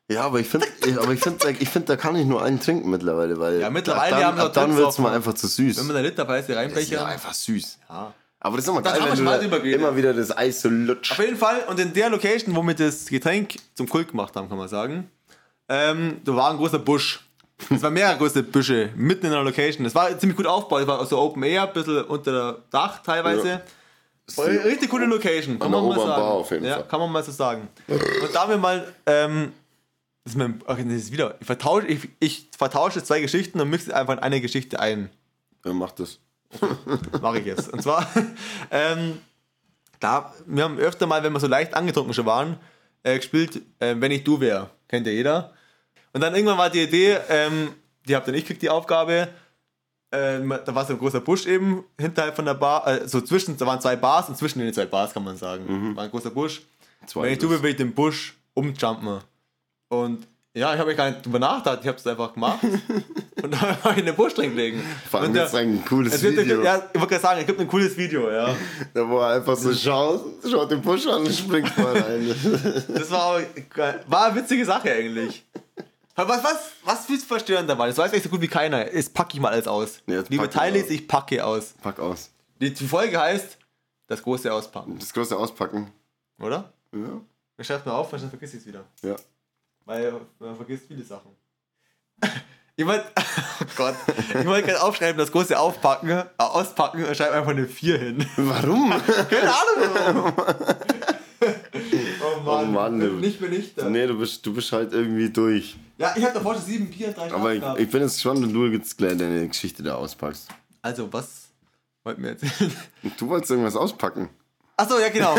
S5: Ja, aber ich finde, aber ich finde, ich find, da kann ich nur einen trinken mittlerweile, weil
S4: Ja, mittlerweile
S5: ab dann,
S4: haben wir
S5: ab dann
S4: Tipps
S5: wird's
S4: auf-
S5: mal einfach zu süß.
S4: Wenn man da Literpreis hier
S5: das ist ja
S4: reinbecher.
S5: einfach süß. Aber das ist immer
S4: Das
S5: geil,
S4: haben wir
S5: wenn
S4: schon mal
S5: du
S4: drüber
S5: da
S4: geredet.
S5: immer wieder das Eis so lutscht.
S4: Auf jeden Fall, und in der Location, wo wir das Getränk zum Kult gemacht haben, kann man sagen, ähm, da war ein großer Busch. Es waren mehrere große Büsche mitten in der Location. Es war ziemlich gut aufgebaut, es war so Open Air, ein bisschen unter der Dach teilweise.
S5: Ja.
S4: Voll, richtig coole Location, kann
S5: der
S4: man mal
S5: oberen
S4: sagen.
S5: Bar auf jeden
S4: ja,
S5: Fall.
S4: kann man mal so sagen. Und da wir mal, ähm, das ist mein, ach, das ist wieder, ich vertausche, ich, ich vertausche zwei Geschichten und mixe einfach in eine Geschichte ein
S5: Wer macht das?
S4: mache ich jetzt. Und zwar, *laughs* ähm, da, wir haben öfter mal, wenn wir so leicht angetrunken schon waren, äh, gespielt, äh, wenn ich du wäre. Kennt ja jeder. Und dann irgendwann war die Idee, ähm, die habt dann ich kriegt die Aufgabe, ähm, da war so ein großer Busch eben, hinterhalb von der Bar, äh, so zwischen, da waren zwei Bars und zwischen den zwei Bars kann man sagen,
S5: Mhm.
S4: war ein großer Busch.
S5: Zwei
S4: wenn ich du wäre, will ich den Busch umjumpen. Und ja, ich habe gar nicht drüber nachgedacht, ich habe es einfach
S5: *laughs*
S4: gemacht. und dann *laughs* habe ich in den Busch drin gelegen.
S5: Vor allem
S4: Und der-
S5: jetzt ein cooles
S4: es wird,
S5: Video.
S4: Ja, ich wollte gerade sagen, es gibt ein cooles Video, ja.
S5: Da wo er einfach so schaut, schaut den Busch an und springt voll *laughs* rein.
S4: Das war, aber geil. war eine witzige Sache eigentlich. Aber Was, was, was viel verstörender war, das weiß echt so gut wie keiner. Jetzt packe ich mal alles aus.
S5: Ja, jetzt
S4: Liebe
S5: pack mal
S4: Teilis,
S5: aus.
S4: ich packe aus.
S5: Pack aus.
S4: Die die Folge heißt, das große Auspacken,
S5: Das große Auspacken.
S4: oder?
S5: Ja.
S4: Ich schreibe mal auf, weil sonst vergiss ich es wieder.
S5: Ja.
S4: Weil man vergisst viele Sachen. *laughs* Ich wollte, *laughs* oh Gott, ich wollte gerade aufschreiben, das große Aufpacken, äh, Auspacken und schreibe einfach eine 4 hin.
S5: Warum? *laughs*
S4: Keine Ahnung warum. Äh, *laughs* oh Mann,
S5: Oh Mann, du-
S4: nicht bin ich da.
S5: nee, du bist, du bist halt irgendwie durch.
S4: Ja, ich hab davor schon sieben Bier, drei
S5: Aber
S4: Schnaps
S5: ich,
S4: gehabt.
S5: ich bin jetzt gespannt, wenn du jetzt gleich deine Geschichte da auspackst.
S4: Also, was wollten wir erzählen? *laughs*
S5: Und du wolltest irgendwas auspacken.
S4: Achso, ja, genau.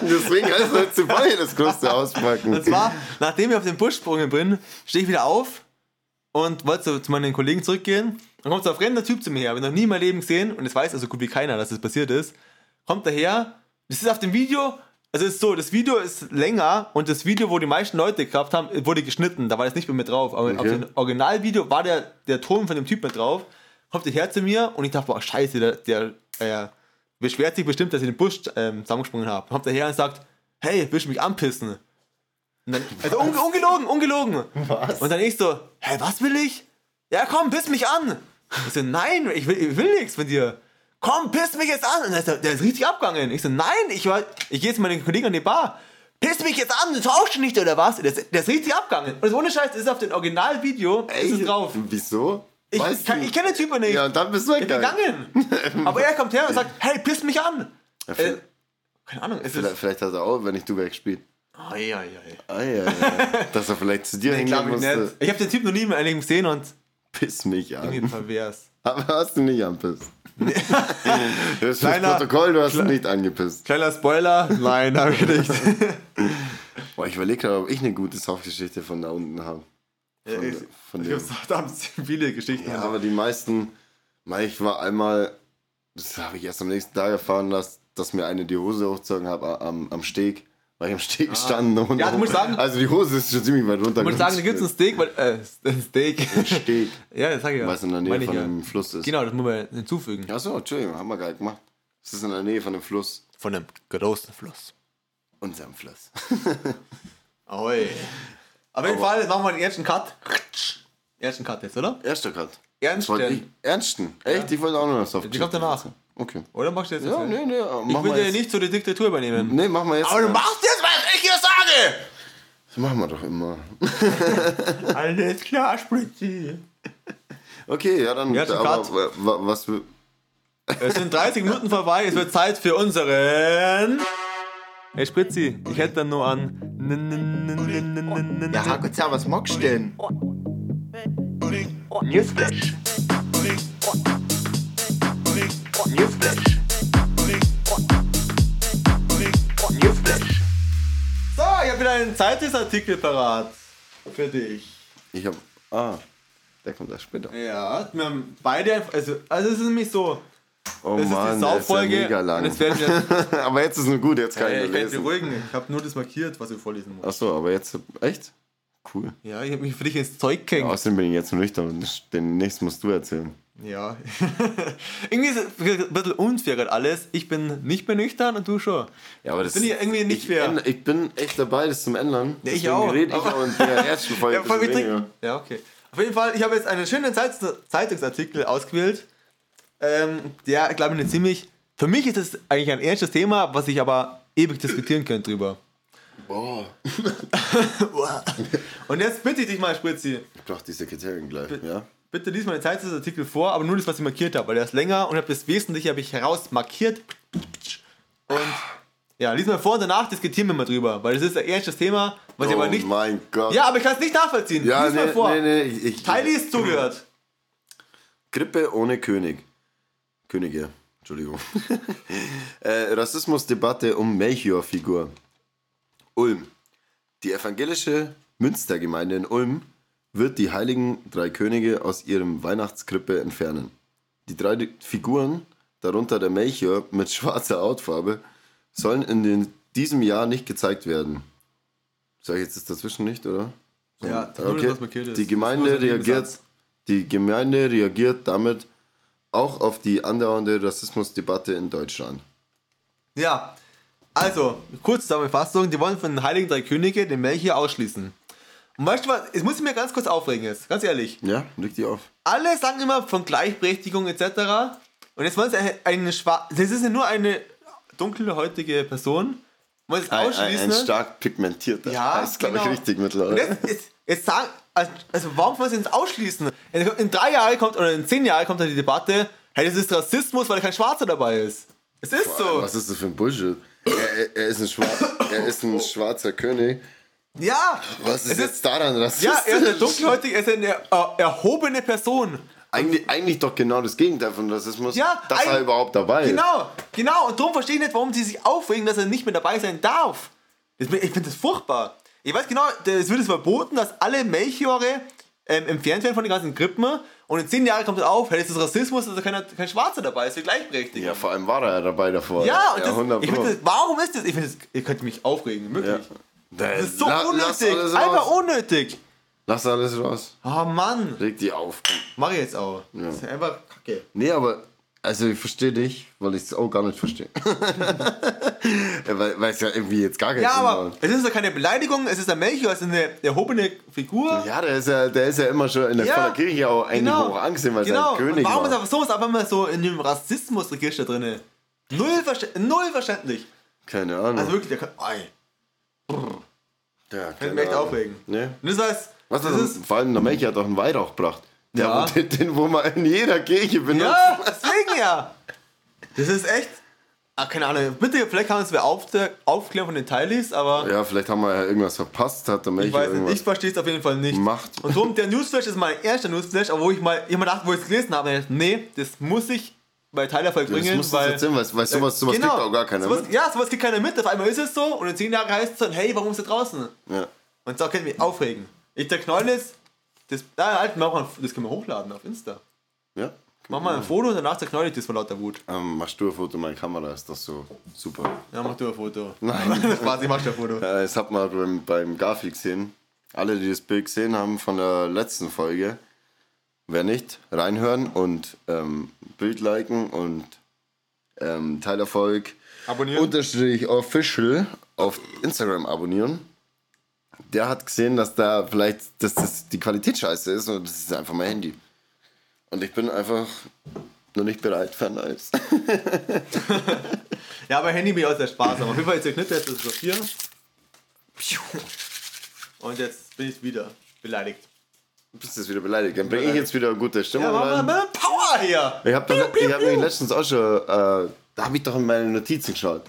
S5: Deswegen heißt das zu Folge das große Auspacken.
S4: Und zwar, nachdem ich auf den Busch gesprungen bin, stehe ich wieder auf und wollte so zu meinen Kollegen zurückgehen. Dann kommt so ein fremder Typ zu mir her, habe ich noch nie in meinem Leben gesehen und es weiß also gut wie keiner, dass das passiert ist. Kommt daher, das ist auf dem Video, also es ist so, das Video ist länger und das Video, wo die meisten Leute gehabt haben, wurde geschnitten, da war das nicht mehr mit drauf. Aber auf
S5: Okay.
S4: dem Originalvideo war der, der Ton von dem Typ mit drauf. Kommt her zu mir und ich dachte, boah, scheiße, der, der äh, beschwert sich bestimmt, dass ich den Busch ähm, zusammengesprungen habe. Kommt daher und sagt, hey, willst du mich anpissen? Und dann, also unge- ungelogen, ungelogen. Was? Und dann ich so, hä, was will ich? Ja, komm, piss mich an. Ich so, nein, ich will, ich will nichts von dir. Komm, piss mich jetzt an. Und der ist, so- der ist richtig abgegangen. Ich so, nein, ich, war, ich gehe jetzt mit meinen Kollegen an die Bar. Piss mich jetzt an, du tauschst nicht oder was? Der ist, der ist richtig abgegangen. Und so ohne Scheiß, das ist auf dem Originalvideo ist es drauf.
S5: Wieso?
S4: Ich, kann,
S5: du?
S4: ich kenne den Typen nicht.
S5: Ja, und dann bist du
S4: ich bin
S5: weggegangen.
S4: *laughs* gegangen. Aber er kommt her und sagt, hey, piss mich an.
S5: vielleicht-
S4: äh, keine Ahnung, es
S5: Vielleicht,
S4: ist...
S5: vielleicht hat er auch, wenn ich du wegspielt.
S4: Ei, ei, ei.
S5: Ah, ja, ja. *laughs* Dass er vielleicht zu dir
S4: Ich
S5: hingehen
S4: glaube ich
S5: musste.
S4: nicht. Ich habe den Typ noch nie in meinem Leben gesehen und
S5: Piss mich
S4: irgendwie *laughs*
S5: an.
S4: pervers.
S5: Aber hast du nicht anpisst. *laughs* das ist das
S4: Kleiner-
S5: Protokoll, du hast nicht angepisst.
S4: Kleiner Spoiler, nein, habe ich nicht. *laughs*
S5: Boah, ich überlege gerade, ob ich eine gute Saufgeschichte von da unten habe. Von,
S4: ich-
S5: von
S4: Äh, Ich
S5: dem.
S4: habe verdammt viele Geschichten.
S5: Ja, aber die meisten, Mei, ich war einmal, das habe ich erst am nächsten Tag erfahren, dass, dass mir eine die Hose hochgezogen hat a- am, am Steg, weil ich am Steg stand. Und
S4: Ah. Ja, du musst sagen-
S5: also die Hose ist schon ziemlich weit runter.
S4: ich muss sagen, da gibt es ein Steak, weil, äh, *laughs* ein Steak.
S5: Steg,
S4: ja, das sag ich ja.
S5: was in der
S4: Meine
S5: Nähe
S4: ich
S5: von
S4: ja.
S5: einem Fluss ist.
S4: Genau, das muss man hinzufügen.
S5: Achso, Entschuldigung, haben wir gerade gemacht. Es ist in der Nähe von einem Fluss.
S4: Von einem großen Fluss.
S5: Unserem Fluss.
S4: *laughs* Ahoi. Auf jeden Fall, jetzt machen wir den ersten Cut. Ersten Cut jetzt, oder?
S5: Erster Cut.
S4: Ernst
S5: Wollte ich-
S4: denn?
S5: Ernsten. Echt? Ich wollte auch noch eine Softgeschichte.
S4: Die kommt danach.
S5: Okay.
S4: Oder machst du jetzt
S5: Ja,
S4: jetzt
S5: nee, äh,
S4: nicht?
S5: nee.
S4: Ich will dir nicht so die Diktatur übernehmen.
S5: Nee, machen wir jetzt.
S4: machst jetzt, was ich hier sage!
S5: Das machen wir doch immer.
S4: Alles klar, Spritzi.
S5: Okay, ja, dann.
S4: Ja, schon
S5: aber,
S4: Cut.
S5: wa- wa- was wir.
S4: Es sind 30 Minuten vorbei, es wird Zeit für unseren. Hey Spritzi, ich hätte dann nur an.
S7: Ja, Hack und Zahn, was magst du denn?
S1: Newsflash. Newsflash. Newsflash.
S4: So, ich habe wieder einen Zeitungsartikel parat für dich.
S5: Ich hab. Ah, der kommt erst später.
S4: Ja, wir haben beide einfach, also, also es ist nämlich so,
S5: Oh
S4: das
S5: Mann, der
S4: ist die
S5: ist ja
S4: Sauffolge.
S5: mega lang.
S4: und es werden *laughs*
S5: *laughs*
S4: jetzt,
S5: aber jetzt ist nur gut, jetzt kann ich
S4: äh, ich
S5: nur
S4: kann dich
S5: lesen.
S4: beruhigen, ich habe nur das markiert, was ich vorlesen muss.
S5: Achso, aber jetzt. Echt? Cool.
S4: Ja, ich habe mich für dich ins Zeug gehängt.
S5: Außerdem bin ich jetzt nüchtern. Den nächsten musst du erzählen.
S4: Ja. *laughs* irgendwie ist es ein bisschen unfair gerade alles. Ich bin nicht mehr nüchtern und du schon.
S5: Ja, aber das
S4: Bin ich irgendwie nicht
S5: ich,
S4: fair.
S5: änd- Ich bin echt dabei, das zum Ändern.
S4: Ja, ich
S5: Deswegen
S4: auch.
S5: Red ich
S4: Aber-
S5: auch in der
S4: *laughs*
S5: ersten Folge.
S4: Ja,
S5: ein
S4: voll
S5: bisschen
S4: mit
S5: weniger.
S4: ja, okay. Auf jeden Fall, ich habe jetzt einen schönen Zeit Zeitungsartikel ausgewählt. Ähm, der, glaube ich, eine ziemlich. Für mich ist es eigentlich ein ernstes Thema, was ich aber ewig diskutieren könnte drüber.
S5: Boah.
S4: Uah. Und jetzt bitte ich dich mal, Spritzi.
S5: Ich brauch die Sekretärin gleich, ja?
S4: Bitte lies mal den Zeitungsartikel vor, aber nur das, was ich markiert habe, weil der ist länger und habe das Wesentliche habe ich herausmarkiert. Und ja, lies mal vor und danach diskutieren wir mal drüber, weil das ist ein ernstes Thema, was ich
S5: oh
S4: aber nicht.
S5: mein Gott.
S4: Ja, aber ich kann es nicht nachvollziehen.
S5: ja
S4: lies mal
S5: nee,
S4: vor.
S5: nee, nee, ich, ich,
S4: Teili ist zugehört.
S5: Grippe ohne König. Könige, Entschuldigung. *laughs* äh, Rassismusdebatte um Melchior-Figur. Ulm. Die evangelische Münstergemeinde in Ulm wird die heiligen drei Könige aus ihrem Weihnachtskrippe entfernen. Die drei Figuren, darunter der Melchior mit *laughs* schwarzer Hautfarbe, sollen in den, diesem Jahr nicht gezeigt werden. Sag ich jetzt das dazwischen nicht, oder?
S4: Ja, das ist nur das,
S5: Okay.
S4: was markiert ist.
S5: Die Gemeinde
S4: Das muss man
S5: reagiert,
S4: sagen.
S5: die Gemeinde reagiert damit auch auf die andauernde Rassismusdebatte in Deutschland.
S4: Ja, also, kurze Zusammenfassung: Die wollen von den Heiligen Drei Könige den Melchior ausschließen. Und weißt du was? Jetzt muss ich mir ganz kurz aufregen, jetzt, ganz ehrlich.
S5: Ja, liegt die auf.
S4: alle sagen immer von Gleichberechtigung etc. Und jetzt wollen sie eine, eine schwarze. Das ist ja nur eine dunkelhäutige Person. Wollen sie es
S5: Ein, ein,
S4: ausschließen?
S5: ein stark pigmentierter.
S4: Ja,
S5: heißt, glaube ich,
S4: genau.
S5: richtig
S4: Und
S5: mittlerweile.
S4: jetzt, jetzt, jetzt sagen. Also, warum wollen sie es ausschließen? In, in drei Jahren kommt oder in zehn Jahren kommt dann die Debatte: hey, das ist Rassismus, weil kein Schwarzer dabei ist. Es ist so.
S5: Was ist das für ein Bullshit? Er, er, er, ist, ein Schwar- er ist ein schwarzer König.
S4: Ja!
S5: Was ist
S4: es
S5: jetzt daran rassistisch?
S4: Ja, er ist eine dunkelhäutige, er ist eine er, erhobene Person.
S5: eigentlich, eigentlich doch genau das Gegenteil von Rassismus,
S4: Ja,
S5: dass er
S4: eigentlich-
S5: überhaupt dabei ist.
S4: Genau, genau. Und darum verstehe ich nicht, warum sie sich aufregen, dass er nicht mehr dabei sein darf. Das, ich finde das furchtbar. Ich weiß genau, es wird es verboten, dass alle Melchiore ähm, entfernt werden von den ganzen Krippen. Und in zehn Jahren kommt es auf, hey, das ist Rassismus, dass da kein, kein Schwarzer dabei ist, wir gleichberechtigt.
S5: Ja, vor allem war er ja dabei davor.
S4: Ja, und
S5: ja,
S4: das,
S5: 100
S4: ich
S5: Pro.
S4: find das, warum ist das? Ich finde das, ihr könnt mich aufregen, wirklich. Das ist so
S5: La- lass
S4: unnötig,
S5: alles
S4: einfach
S5: raus.
S4: unnötig.
S5: Lass alles raus.
S4: Oh Mann,
S5: Reg die auf.
S4: mach ich jetzt auch. Das ist einfach kacke.
S5: Nee, aber also ich verstehe dich, weil ich es auch gar nicht
S4: *laughs*
S5: verstehe. weil weil es ja irgendwie jetzt gar keinen
S4: Ja,
S5: Sinn
S4: aber
S5: macht.
S4: es ist ja keine Beleidigung, es ist der Melchior, es ist eine erhobene Figur.
S5: Ja, der ist ja, der ist ja immer schon in der, von der Kirche auch eigentlich hoch angesehen, weil
S4: genau.
S5: er ein König
S4: Und warum ist
S5: war.
S4: aber sowas einfach mal so in dem Rassismusregister drin? Null, Verste null verständlich.
S5: Keine Ahnung.
S4: Also wirklich, der kann. Ei,
S5: ja,
S4: kann
S5: keine
S4: mich echt
S5: Ahnung.
S4: aufregen.
S5: Nee.
S4: Und das heißt,
S5: Was
S4: das
S5: ist
S4: ist.
S5: das? Vor allem der Melchior hat doch einen Weihrauch gebracht. Der, *laughs*
S4: Ja.
S5: den, den, wo man in jeder Kirche benutzt.
S4: Ja, deswegen ja. Das ist echt. Ah, keine Ahnung. Bitte, vielleicht kann uns wer auf, aufklären von den Teilis, aber
S5: Ja, vielleicht haben wir ja irgendwas verpasst, hat der
S4: ich
S5: Melchior
S4: weiß nicht,
S5: irgendwas.
S4: ich verstehe es auf jeden Fall nicht.
S5: Macht.
S4: Und darum, der Newsflash ist mein erster Newsflash, aber wo ich mal, ich mal dachte, wo ich es gelesen habe, dachte, nee, das muss ich bei Teilerfolg bringen,
S5: das musst du
S4: weil.
S5: jetzt erzählen, weil, weil sowas, sowas
S4: Genau.
S5: gibt auch gar keiner.
S4: Sowas,
S5: mit.
S4: ja, sowas kriegt keiner mit. Auf einmal ist es so und in zehn Jahren heißt es dann, hey, warum ist er draußen?
S5: Ja.
S4: Und so könnt ihr mich aufregen. Ich der Knoll ist, das, na, halt, mach mal, das können wir hochladen auf Insta.
S5: ja.
S4: Mach mal
S5: Genau.
S4: ein Foto und danach zerknäuel ich das vor lauter Wut.
S5: Ähm, machst du ein Foto, meine Kamera ist das so super.
S4: Ja, mach du ein Foto. *laughs*
S5: Nein.
S4: Quasi machst du ein Foto.
S5: Äh, Das hat man beim, beim Gafi gesehen. Alle, die das Bild gesehen haben von der letzten Folge, wer nicht, reinhören und ähm, Bild liken und ähm, Teilerfolg
S4: Abonnieren.
S5: unterstrich official auf Instagram abonnieren. Der hat gesehen, dass da vielleicht dass das die Qualität scheiße ist und das ist einfach mein Handy. Und ich bin einfach noch nicht bereit für ein neues. *laughs*
S4: ja, aber Handy bin ich auch sehr sparsam. Auf jeden Fall, jetzt zerknitter jetzt das Papier. Und jetzt bin ich wieder beleidigt.
S5: Du bist jetzt wieder beleidigt. Dann bringe ich jetzt wieder gute Stimmung
S4: Ja, mach mal
S5: rein.
S4: ein bisschen Power hier!
S5: Ich habe hab mich letztens auch schon, äh, da habe ich doch in meine Notizen geschaut,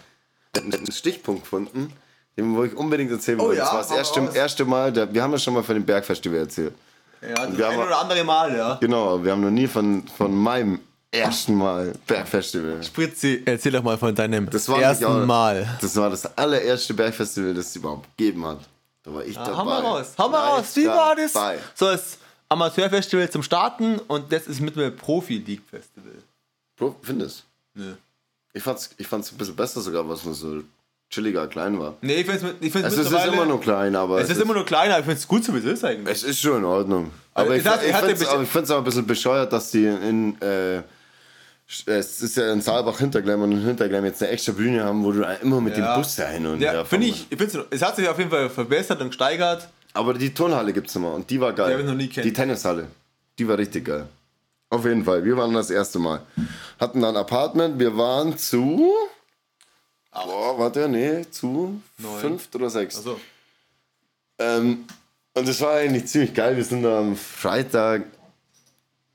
S5: einen Stichpunkt gefunden, den wollte ich unbedingt erzählen.
S4: Oh
S5: wollte.
S4: ja,
S5: das war das
S4: hau
S5: erste,
S4: raus.
S5: erste Mal, der, wir haben ja schon mal von dem Bergfestival erzählt.
S4: Ja, das
S5: Wir haben-
S4: ein oder andere Mal, ja.
S5: Genau, wir haben noch nie von, von meinem ersten Mal Bergfestival.
S4: Spritzi, erzähl doch mal von deinem
S5: Das war nämlich
S4: ersten
S5: auch-
S4: Mal.
S5: Das war das allererste Bergfestival, das es überhaupt gegeben hat. Da war ich dabei.
S4: Hau mal raus, hau mal
S5: Live
S4: raus, wie war das?
S5: dabei.
S4: So, das Amateurfestival zum Starten und das ist mittlerweile Profi-League-Festival.
S5: Bro, findest
S4: Nö.
S5: ich fand's, ich fand's ein bisschen besser sogar, was man so chilliger klein war. Also
S4: Nee, ich find's, mit- ich find's
S5: Es ist immer nur klein, aber
S4: es ist immer nur kleiner, ich find's gut, so wie es ist eigentlich.
S5: Es ist schon in Ordnung. Aber
S4: Also,
S5: ich,
S4: es hat-
S5: ich,
S4: hat ein
S5: find's,
S4: bisschen-
S5: aber ich find's auch ein bisschen bescheuert, dass die in. Äh, es ist ja in Saalbach Hintergleim und in Hintergleim jetzt eine extra Bühne haben, wo du immer mit
S4: Ja.
S5: dem Bus da hin und
S4: Ja,
S5: her
S4: finde
S5: fahren
S4: ich, ich find's, es hat sich auf jeden Fall verbessert und gesteigert.
S5: musst. Aber die Turnhalle gibt's immer und die war geil.
S4: Die hab ich noch nie kennt.
S5: Die Tennishalle. Die war richtig geil. Auf jeden Fall. Wir waren das erste Mal. Hatten dann ein Apartment. Wir waren zu. Boah, warte, nee, zu
S4: Neun.
S5: fünft oder sechs.
S4: Also,
S5: Ähm, und das war eigentlich ziemlich geil. Wir sind am Freitag,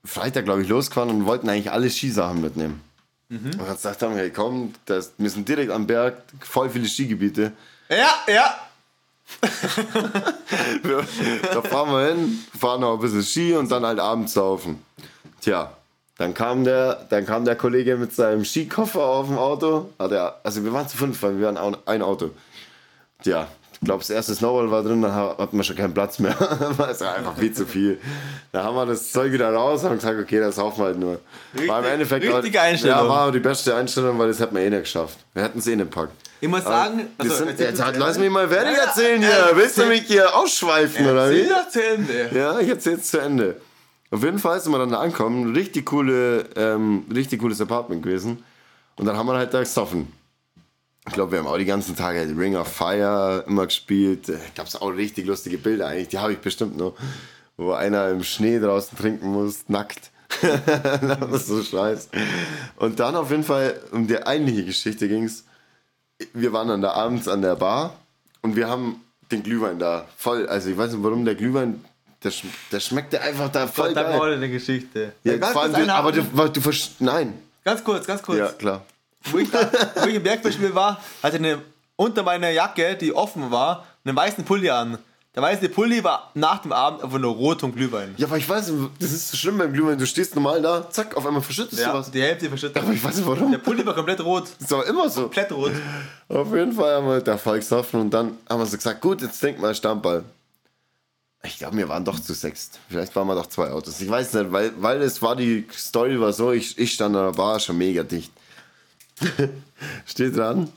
S5: Freitag glaube ich, losgefahren und wollten eigentlich alle Skisachen mitnehmen. Und dann gesagt haben, hey komm, das, wir sind direkt am Berg, voll viele Skigebiete.
S4: ja, ja.
S5: Wir- da fahren wir hin, fahren noch ein bisschen Ski und dann halt abends saufen. Tja, dann kam der, dann kam der Kollege mit seinem Skikoffer auf dem Auto. Hat er, also wir waren zu fünf, weil wir waren au- ein Auto. Tja, ich glaube, das erste Snowball war drin, dann ha- hatten wir schon keinen Platz mehr. *laughs* Es war einfach viel zu viel. Da haben wir das Zeug wieder raus und haben gesagt, okay, das saufen wir halt nur. war halt-
S4: Richtig- richtige Einstellung.
S5: Ja, war die beste Einstellung, weil das hätten wir eh nicht geschafft. Wir hätten es eh nicht gepackt.
S4: Ich muss
S5: Aber
S4: sagen, also,
S5: wir sind,
S4: erzähl-
S5: jetzt, halt, lass mich mal fertig erzählen hier.
S4: erzähl-
S5: Willst du mich hier ausschweifen oder wie?
S4: Erzähl doch zu Ende.
S5: Ja, jetzt jetzt zu Ende. Auf jeden Fall sind wir dann da angekommen, richtig coole, ähm, richtig cooles Apartment gewesen. Und dann haben wir halt da gesoffen. Ich glaube, wir haben auch die ganzen Tage halt Ring of Fire immer gespielt. Gab es auch richtig lustige Bilder eigentlich, die habe ich bestimmt noch. Wo einer im Schnee draußen trinken muss, nackt. *laughs* das ist so scheiße. Und dann auf jeden Fall, um die eigentliche Geschichte ging es, wir waren dann da abends an der Bar und wir haben den Glühwein da voll. Also ich weiß nicht, warum der Glühwein, der, sch der schmeckte einfach da voll
S4: Gott, dann
S5: geil.
S4: mal eine Geschichte.
S5: Ja,
S4: ganz,
S5: vor allem,
S4: kurz
S5: du, aber du,
S4: einhaken.
S5: du verstehst, nein.
S4: ganz kurz, ganz kurz.
S5: Ja, klar.
S4: Wo, ich da, wo ich im Bergfestival war, hatte eine unter meiner Jacke, die offen war, einen weißen Pulli an. Der weiße Pulli war nach dem Abend einfach nur rot und Glühwein.
S5: Ja, aber ich weiß, das ist so schlimm beim Glühwein. Du stehst normal da, zack, auf einmal verschüttest du was.
S4: die Hälfte verschüttet.
S5: Aber ich weiß nicht
S4: Der
S5: warum.
S4: Pulli war komplett rot.
S5: Das war immer so.
S4: Komplett rot.
S5: Auf jeden Fall haben wir halt da voll gesoffen und dann haben wir so gesagt, gut, jetzt trinken wir Stammball. Ich glaube, wir waren doch zu sechst. Vielleicht waren wir doch zwei Autos. Ich weiß nicht, weil, weil es war, die Story war so, ich, ich stand da, war schon mega dicht. *laughs* Steht dran.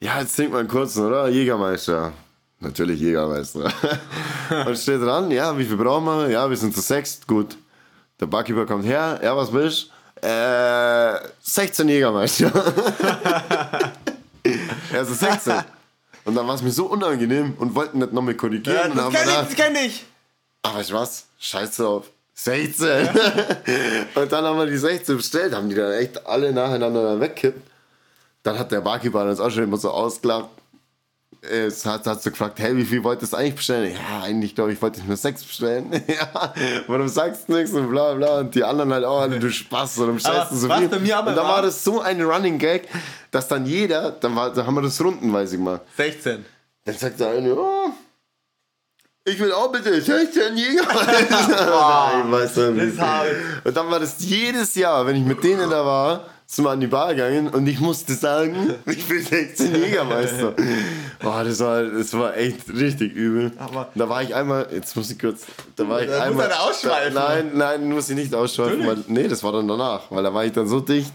S5: Ja, jetzt trinkt man einen kurzen, oder? Jägermeister. Natürlich Jägermeister. *laughs* und steht dran, ja, wie viel brauchen wir? Ja, wir sind zu sechst, gut. Der Barkeeper kommt her, ja, was willst du? Äh, 16
S4: *laughs*
S5: Jägermeister. Er ist 16. Und dann war es mir so unangenehm und wollten nicht nochmal korrigieren. und dann haben wir gedacht,
S4: kenn ich.
S5: aber weißt du was? Scheiß drauf. 16. *laughs* und dann haben wir die 16 bestellt, haben die dann echt alle nacheinander dann weggekippt. Dann hat der Barkeeper uns auch schon immer so ausgelacht. Es hat, hat so gefragt, hey, wie viel wolltest du eigentlich bestellen? Ja, eigentlich glaube ich, wollte ich nur sechs bestellen. *laughs* ja, warum sagst du nichts und bla bla. Und die anderen halt auch, alle, du Spaß, warum scheißt du so
S4: was
S5: viel?
S4: bei mir aber
S5: und dann war
S4: war-
S5: das so ein Running Gag, dass dann jeder, dann, war, dann haben wir das rundenweise gemacht.
S4: 16.
S5: Dann sagt der eine, ja, ich will auch bitte 16
S4: *laughs*
S5: Jäger. Nein, weißt du,
S4: Das ist hart.
S5: und dann war das jedes Jahr, wenn ich mit denen da war, sind wir an die Bar gegangen und ich musste sagen, *laughs* ich bin 16 Jägermeister. Boah, das war, das war echt richtig übel.
S4: Aber-
S5: da war ich einmal, jetzt muss ich kurz, da war ich
S4: Da muss
S5: einmal.
S4: einer ausschweifen.
S5: Da, nein, nein, muss ich nicht ausschweifen, weil, nee, das war dann danach, weil da war ich dann so dicht,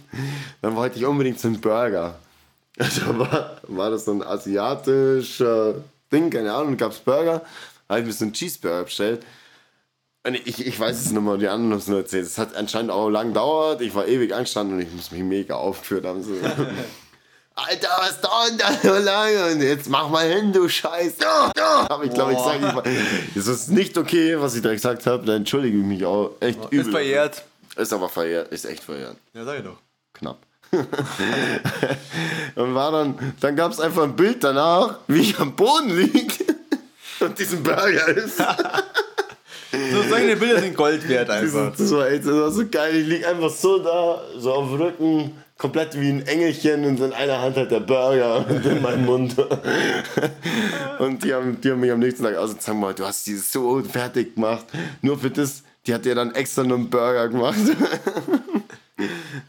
S5: dann wollte ich unbedingt zum Burger. *laughs* Da war, war das so ein asiatischer Ding, keine Ahnung, gab's Burger, habe ich mir so einen Cheeseburger bestellt. Und ich, ich weiß es nicht mehr, die anderen haben es nur erzählt. Es hat anscheinend auch lang gedauert. Ich war ewig angestanden und ich muss mich mega aufgeführt
S4: *laughs*
S5: haben. So. Alter, was dauert da so lange? Und jetzt mach mal hin, du Scheiß. Ja, ja. Aber ich glaube, ich sage, ich war- es ist nicht okay, was ich da gesagt habe. Dann entschuldige ich mich auch echt übel.
S4: Ist verjährt.
S5: Ist aber verjährt, ist echt verjährt
S4: Ja, sag ich doch.
S5: knapp. *laughs* und war dann, dann gab es einfach ein Bild danach, wie ich am Boden liege *laughs* und diesen Burger ist.
S4: So, solche Bilder sind Gold wert
S5: Das
S4: einfach.
S5: ist- das war, echt, das war so geil, ich lieg einfach so da, so auf dem Rücken, komplett wie ein Engelchen und in einer Hand halt der Burger *laughs* und in meinem Mund. und die haben, die haben mich am nächsten Tag ausgezogen, boah, du hast die so fertig gemacht, nur für das, die hat dir dann extra nur einen Burger gemacht. *laughs*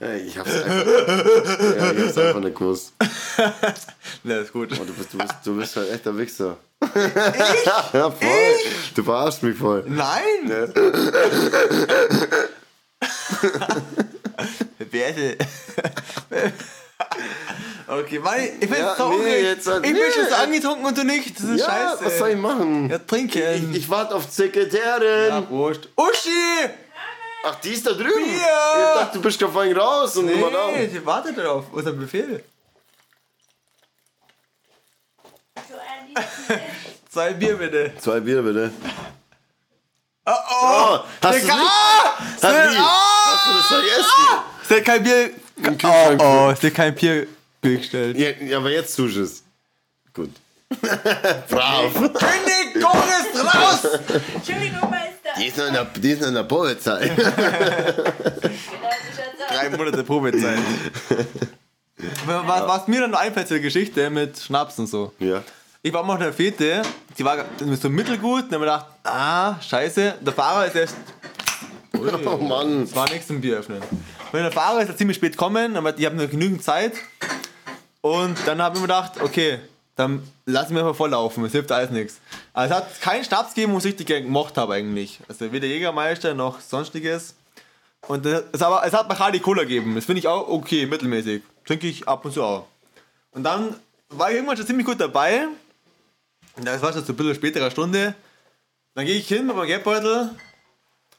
S5: Ja, Ich hab's einfach, ja, ich hab's einfach nicht gewusst.
S4: Ja, ist gut.
S5: Oh, du, bist, du, bist, du bist halt echter Wichser. *laughs* ja, voll. Du verarschst mich voll.
S4: Nein!
S5: Ne?
S4: *laughs* Werte. *laughs* okay, Mann, ich bin
S5: Ja,
S4: ja, traurig.
S5: nee, jetzt halt-
S4: ich bin schon
S5: nee.
S4: so angetrunken und du nicht. Das ist
S5: Ja,
S4: scheiße.
S5: was soll ich machen?
S4: Ja, trinken.
S5: Ich warte auf Sekretärin.
S4: ja, Wurst. Uschi!
S5: Ach, die ist da drüben.
S4: Bier!
S5: Ich dachte, du bist gerade vorhin raus und
S4: Nee,
S5: war da.
S4: sie wartet darauf. Unser Befehl.
S3: So ein liebes
S4: Zwei Bier bitte.
S5: Zwei Bier bitte.
S4: Oh oh!
S5: Oh, hast, du's
S4: Digga,
S5: nicht,
S4: ah!
S5: hast,
S4: Sven,
S5: du-
S4: ah!
S5: hast du das vergessen?
S4: Ist dir kein Bier.
S5: Im Kühlschrank.
S4: Oh, ist dir kein Bier gestellt.
S5: Ja, ja, aber jetzt tust du es.
S4: *laughs*
S5: Gut. Brav.
S4: König Doris raus!
S3: Entschuldigung, Meister.
S5: Die ist noch in der, die ist noch in der Probezeit.
S3: Genau, so schaut's aus.
S4: Drei Monate *laughs* Probezeit. Was, was mir dann einfällt zur Geschichte mit Schnaps und so.
S5: ja.
S4: Ich war mal auf der Fete, die war so mittelgut und dann hab ich gedacht, ah, scheiße, der Fahrer ist erst
S5: *laughs* Oh Mann.
S4: war nichts zum Bier öffnen. Wenn der Fahrer ist, er ziemlich spät kommen, aber ich habe nur genügend Zeit. Und dann habe ich mir gedacht, okay, dann lass ich mich mal volllaufen, es hilft alles nichts. Also es hat keinen Schnaps gegeben, was ich richtig gern gemacht habe eigentlich. Also weder Jägermeister noch sonstiges. Und das, es, aber, es hat Bacardi Cola gegeben, das finde ich auch okay, mittelmäßig. Trinke ich ab und zu auch. Und dann war ich irgendwann schon ziemlich gut dabei. Und Das war schon so ein bisschen späterer Stunde. Dann gehe ich hin mit meinem Geldbeutel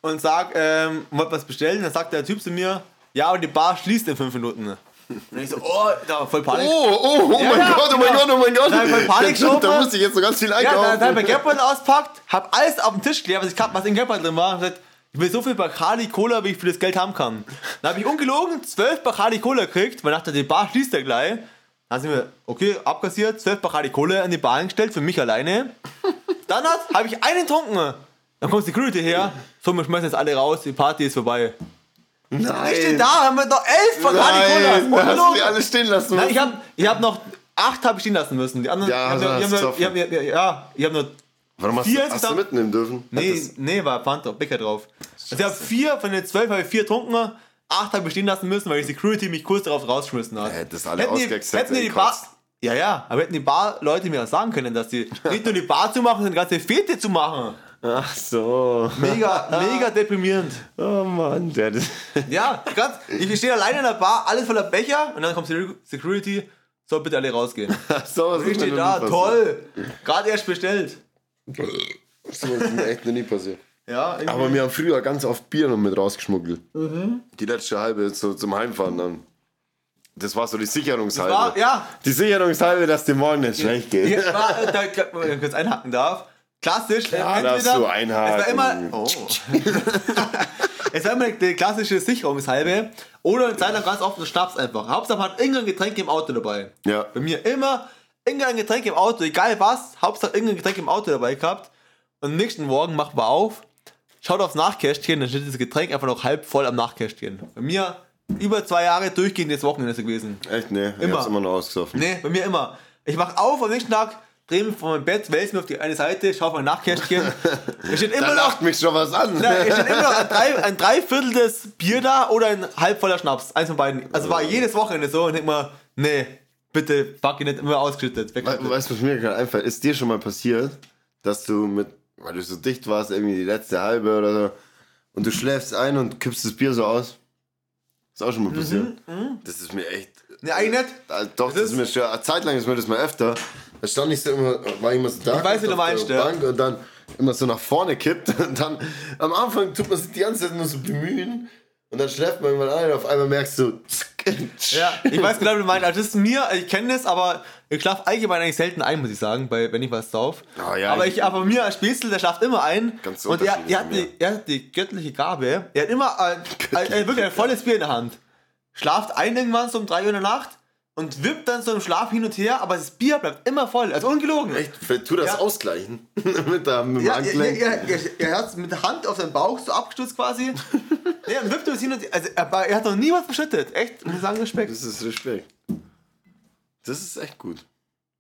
S4: und sag, ähm, wollt was bestellen. Dann sagt der Typ zu mir, ja, aber die Bar schließt in fünf Minuten. *laughs* Und ich so, oh, da war voll Panik.
S5: Oh, oh, oh mein
S4: ja,
S5: Gott, oh mein
S4: ja.
S5: Gott, oh mein Gott.
S4: Da hab ich voll Panik
S5: Ja, stimmt, da
S4: geschoben.
S5: musste ich jetzt noch ganz viel
S4: ja, dann,
S5: einkaufen.
S4: dann hab ich mein Geldbeutel auspackt, hab alles auf den Tisch gelegt, was ich hab, was in Geldbeutel drin war. Und gesagt, ich will so viel Bacardi Cola, wie ich für das Geld haben kann. Dann hab ich ungelogen 12 Bacardi Cola gekriegt, weil ich dachte, die Bar schließt ja gleich. Dann sind wir, okay, abkassiert, 12 Bacardi Cola in die Bar gestellt, für mich alleine. Dann habe ich einen getrunken. Dann kommt Security her, so, wir schmeißen jetzt alle raus, die Party ist vorbei.
S5: Nein.
S4: Ich stehe da, haben wir noch 11 Bacardi Colas.
S5: Nein, da hast du
S4: Ungelogen.
S5: die alle stehen lassen
S4: Nein,
S5: müssen.
S4: ich hab, ich hab noch acht hab ich stehen lassen müssen. Die anderen,
S5: Ja,
S4: ich hab,
S5: hast
S4: ich hab, nur-
S5: gesoffen.
S4: ich hab, ich hab, ja, ich hab nur
S5: Warum hast,
S4: vier
S5: du- hast du
S4: insgesamt-
S5: mitnehmen dürfen?
S4: Nee, nee, war Panther, Becker drauf. Also ich habe vier von den zwölf habe ich vier getrunken, acht habe ich stehen lassen müssen, weil die Security mich kurz darauf rausgeschmissen hat.
S5: Hättest alle
S4: Hätten die-
S5: ausgesetzt,
S4: hätten die die
S5: ey,
S4: Bar,
S5: Kotz.
S4: Ja, ja, aber hätten die Bar-Leute mir auch sagen können, dass *laughs* die nicht nur die Bar zu machen, sondern die ganze Fete zu machen. Ah.
S5: Ach so.
S4: Mega, mega deprimierend.
S5: Oh Mann, der
S4: *laughs* Ja, ganz, ich stehe alleine in der Bar, alles voller Becher und dann kommt Security, so bitte alle *laughs* rausgehen.
S5: So was
S4: Ich stehe da, toll, gerade erst bestellt.
S5: So was ist mir echt noch nie passiert.
S4: Ja, irgendwie-
S5: Aber wir haben früher ganz oft Bier noch mit rausgeschmuggelt.
S4: Mhm.
S5: Die letzte halbe so zum Heimfahren dann. Das war so die Sicherungshalbe.
S4: war- ja.
S5: Die Sicherungshalbe, dass dem morgen nicht schlecht geht.
S4: Ja, war, da, da, wenn ich kurz einhaken darf. Klassisch. Klar,
S5: darfst du einhaken.
S4: Es war immer. Oh. *laughs* es war immer die klassische Sicherungshalbe. Oder in Zeitlang ganz oft ein Schnaps einfach. Hauptsache man hat irgendein Getränk im Auto dabei.
S5: Ja.
S4: Bei mir immer irgendein Getränk im Auto, egal was. Hauptsache irgendein Getränk im Auto dabei gehabt. Und am nächsten Morgen macht man auf, schaut aufs Nachkästchen, dann steht das Getränk einfach noch halb voll am Nachkästchen. Bei mir über zwei Jahre durchgehendes Wochenende gewesen.
S5: Echt, ne? Ich
S4: Immer.
S5: hab's immer noch ausgesoffen.
S4: Nee, bei mir immer. Ich mach auf am nächsten Tag, drehe mich von meinem Bett, wälze mich auf die eine Seite, schaue auf mein Nachkästchen. Es steht
S5: Da
S4: immer noch,
S5: lacht mich schon was an.
S4: Nein, es steht immer noch ein, Drei, ein Dreiviertel des Bier da oder ein halb voller Schnaps. Eins von beiden. Also war jedes Wochenende so und denk mal, nee, bitte, fuck, nicht immer ausgeschüttet. Weg
S5: We
S4: damit.
S5: weißt du, was mir gerade einfällt? Ist dir schon mal passiert, dass du mit, weil du so dicht warst, irgendwie die letzte halbe oder so, und du schläfst ein und kippst das Bier so aus? Ist auch schon mal passiert. Das ist mir echt.
S4: Nee, eigentlich nicht.
S5: Ah, Doch, das,
S4: Mhm, Das
S5: ist,
S4: ist-
S5: mir schon. Eine Zeit lang ist mir das mal öfter. Da stand ich so immer, war ich immer so da.
S4: Ich weiß, wie du
S5: auf der
S4: meinst, ja.
S5: Bank Und dann immer so nach vorne kippt. *laughs* Und dann am Anfang tut man sich die ganze Zeit nur so bemühen. Und dann schläft man irgendwann ein und auf einmal merkst du. Zack,
S4: Ja, ich weiß genau, wie du meinst. Also das ist mir, ich kenne das, aber ich schlafe allgemein eigentlich selten ein, muss ich sagen, bei, wenn ich was sauf.
S5: Ah, ja,
S4: aber
S5: ich-
S4: ich, aber mir, Spätzle, der schlaft immer ein.
S5: Ganz
S4: und er,
S5: unterschiedlich
S4: er, hat
S5: von mir.
S4: die, er hat die göttliche Gabe. Er hat immer ein, ein, ein, wirklich ein volles Bier in der Hand. Schlaft ein irgendwann so um 3 Uhr in der Nacht und wippt dann so im Schlaf hin und her, aber das Bier bleibt immer voll. Also
S5: *laughs*
S4: ungelogen.
S5: Echt? Tu das
S4: Ja.
S5: ausgleichen. *laughs* mit, der, mit dem
S4: Ja, ja, ja,
S5: Handgelenk.
S4: ja, ja, er hat mit der Hand auf seinen Bauch so
S5: *laughs*
S4: abgestützt quasi. ja, und wippt es hin und her. Also, aber er hat noch nie was verschüttet. Echt, muss ich sagen, Respekt.
S5: Das ist Respekt. Das ist echt gut.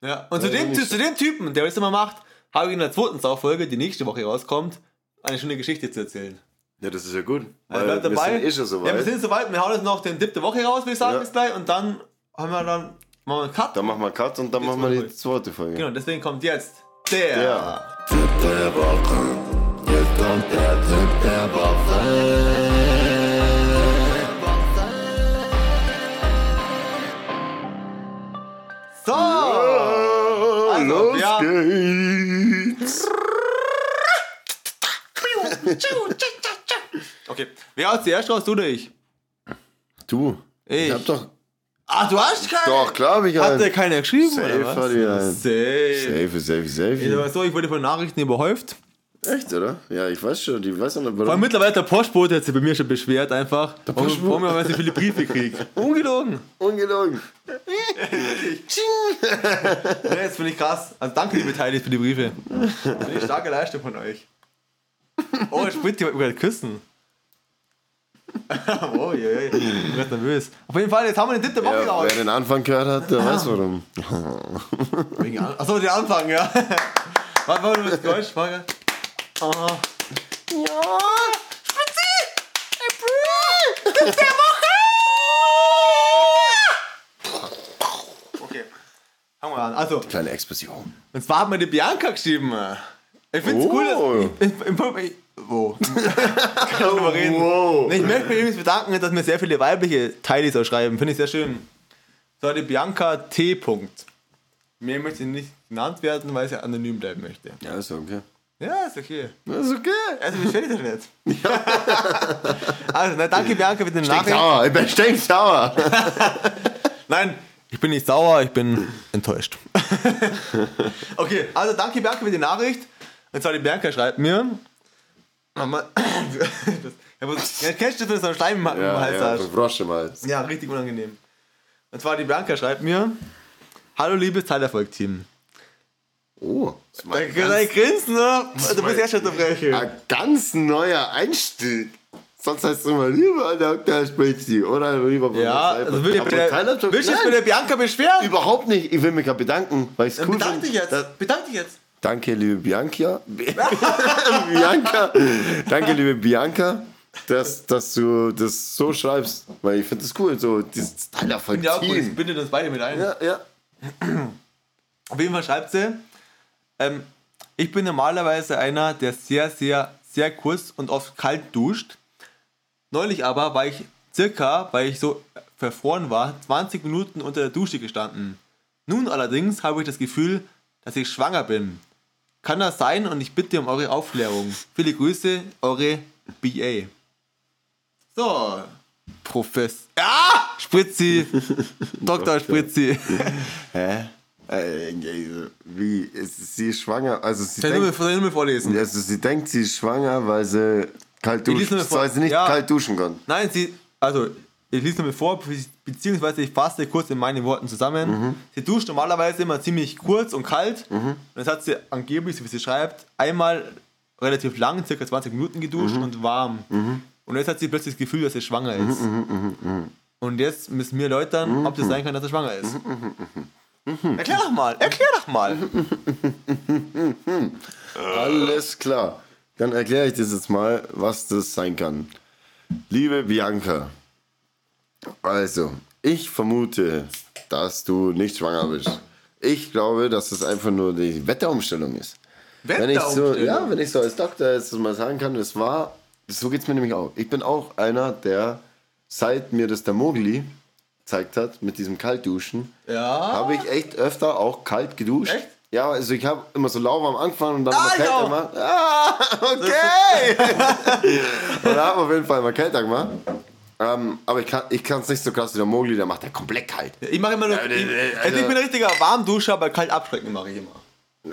S4: Ja, und zu, dem,
S5: Äh, nicht
S4: zu, zu dem Typen, der das immer macht, habe ich in der zweiten Saufolge, die nächste Woche rauskommt, eine schöne Geschichte zu erzählen.
S5: Ja, das ist ja gut.
S4: Also
S5: weil
S4: bleibt dabei.
S5: Wir sind eh schon so
S4: Ja, wir
S5: weit.
S4: sind soweit. Wir hauen jetzt noch den Tipp der Woche raus, würde ich sagen,
S5: Ja.
S4: bis gleich. Und dann haben wir dann machen wir einen Cut.
S5: dann machen wir Cut und dann machen wir die
S4: machen wir-
S5: zweite Folge.
S4: Genau, deswegen kommt jetzt der.
S5: Ja.
S4: So!
S5: Also,
S4: Also,
S5: Los
S4: wir haben,
S5: geht's.
S4: okay. Wer haut zuerst raus, du oder ich?
S5: Du, ich
S4: Ich.
S5: hab doch...
S4: Ah, du hast keine?
S5: Doch, klar hab ich
S4: Hat dir
S5: einen.
S4: keiner geschrieben,
S5: Safe
S4: oder
S5: hat die
S4: was?
S5: einen. Safe,
S4: Safe.
S5: safe,
S4: Ich sag
S5: safe.
S4: mal so, ich wurde von Nachrichten überhäuft.
S5: Echt, oder? Ja, ich weiß schon. Die weiß ja nicht,
S4: Vor allem
S5: warum.
S4: mittlerweile hat der Postbote hat sich bei mir schon beschwert einfach. Der
S5: Postbote?
S4: Warum ich so viele Briefe kriege. Ungelogen.
S5: *laughs* Ungelogen.
S4: Nee, jetzt finde ich krass. Also danke, die Beteiligten, für
S5: *laughs*
S4: die Briefe. Finde ich starke Leistung von euch. Oh, ich spürt jemand gerade küssen. *laughs* oh, je, je. Ich bin grad nervös. Auf jeden Fall, jetzt haben wir den Tipp der Woche
S5: Ja,
S4: raus.
S5: wer den Anfang gehört hat, der weiß warum.
S4: Wegen An- Achso, den Anfang, ja. *laughs* Warte, warte, du bist Deutsch, Frage. Oh. Ja, Spitzi! Tipp der Woche! Okay, fangen wir an. Also,
S5: Kleine Explosion.
S4: und zwar hat mir die Bianca geschrieben. Ich find's
S5: Oh.
S4: cool, dass. Ich, ich, ich, wo? Kann ich drüber reden.
S5: Wow.
S4: Nee, Ich möchte mich übrigens bedanken, dass mir sehr viele weibliche Teilies auch schreiben. Finde ich sehr schön. So, die Bianca T. Punkt. Mehr möchte ich nicht genannt werden, weil sie anonym bleiben möchte.
S5: Ja, ist ja okay.
S4: Ja, ist okay.
S5: Das ist okay.
S4: Also, mich fällt das nicht. *laughs* also, na, danke Bianca für den
S5: Denk
S4: Nachricht.
S5: sauer, ich bin
S4: *laughs*
S5: stinksauer.
S4: Nein, ich bin nicht sauer, ich bin enttäuscht. *laughs* okay, also danke Bianca für die Nachricht. Und zwar die Bianca schreibt mir. Mama, das, *laughs* ja, was- ja, kennst du das, wenn du so einen Stein im
S5: Ja,
S4: Hals
S5: ja,
S4: hast?
S5: so Frosch im Hals.
S4: Ja, richtig unangenehm. Und zwar die Bianca schreibt mir: Hallo liebes Teilerfolg-Team.
S5: Oh, das ist mal
S4: Da
S5: ein
S4: gleich grinsen, ne? Du bist
S5: mein-
S4: ja schon der Breche.
S5: Ein ganz neuer Einstieg. Sonst heißt es immer lieber Dr. Spitzi oder lieber Professor
S4: Ja, also will ich
S5: Aber
S4: mit der,
S5: Tyler hat schon-
S4: willst du jetzt
S5: Nein,
S4: mit der Bianca beschweren?
S5: Überhaupt nicht. Ich will mich gerade bedanken, weil ich es cool
S4: Äh, Bedank dich
S5: finde. dass-
S4: jetzt. Bedank dich jetzt.
S5: Danke, liebe Bianca. *laughs* Bianca. Danke, liebe Bianca, dass, dass du das so schreibst. Weil ich finde das cool. So, dieses Tyler von
S4: Ja, gut,
S5: Team.
S4: bindet uns beide mit ein.
S5: Ja, ja.
S4: Auf jeden Fall schreibt sie, ähm, ich bin normalerweise einer, der sehr, sehr, sehr kurz und oft kalt duscht. Neulich aber war ich circa, weil ich so verfroren war, 20 Minuten unter der Dusche gestanden. Nun allerdings habe ich das Gefühl, dass ich schwanger bin. Kann das sein und ich bitte um eure Aufklärung. Viele Grüße, eure BA. So, Professor. Ah! Spritzi! Dr. Spritzi.
S5: Hä? Äh, Wie? Ist sie schwanger? Also, sie
S4: Soll ich nur
S5: denkt,
S4: mal- soll ich nur mal vorlesen?
S5: Also sie denkt, sie ist schwanger, weil sie kalt
S4: Ich lese
S5: duschen,
S4: nur vor-
S5: weil sie nicht
S4: Ja.
S5: kalt duschen kann.
S4: Nein, sie, also ich lese nochmal vor, be- beziehungsweise ich fasse kurz in meinen Worten zusammen.
S5: Mhm.
S4: Sie duscht normalerweise immer ziemlich kurz und kalt. Und das hat sie angeblich, so wie sie schreibt, einmal relativ lang, circa 20 Minuten geduscht
S5: Mhm.
S4: und warm. Und jetzt hat sie plötzlich das Gefühl, dass sie schwanger ist.
S5: mhm,
S4: Und jetzt müssen wir erläutern, ob das sein kann, dass sie schwanger ist.
S5: Mhm,
S4: Mhm. Erklär doch mal, erklär doch mal.
S5: Alles klar. Dann erkläre ich dir jetzt mal, was das sein kann. Liebe Bianca, also, ich vermute, dass du nicht schwanger bist. Ich glaube, dass es einfach nur die Wetterumstellung ist. Wenn ich so,
S4: Wetterumstellung.
S5: ja, wenn ich so als Doktor jetzt das mal sagen kann, das war, so geht es mir nämlich auch. Ich bin auch einer, der, seit mir das der Mogli gezeigt hat, mit diesem Kaltduschen,
S4: Ja.
S5: habe ich echt öfter auch kalt geduscht.
S4: Echt?
S5: Ja, also ich habe immer so lauwarm angefangen und dann
S4: Ah,
S5: immer
S4: ich
S5: kälter
S4: auch.
S5: gemacht. Ah, *laughs*
S4: *laughs*
S5: okay! und da habe ich auf jeden Fall mal kälter gemacht. Ähm, aber ich kann es nicht so krass wie der Mogli, der macht ja komplett kalt.
S4: Ich mache immer nur.
S5: Ja,
S4: Ich,
S5: nee, nee,
S4: also
S5: also-
S4: ich bin ein richtiger Warmduscher, aber kalt abschrecken mache ich immer.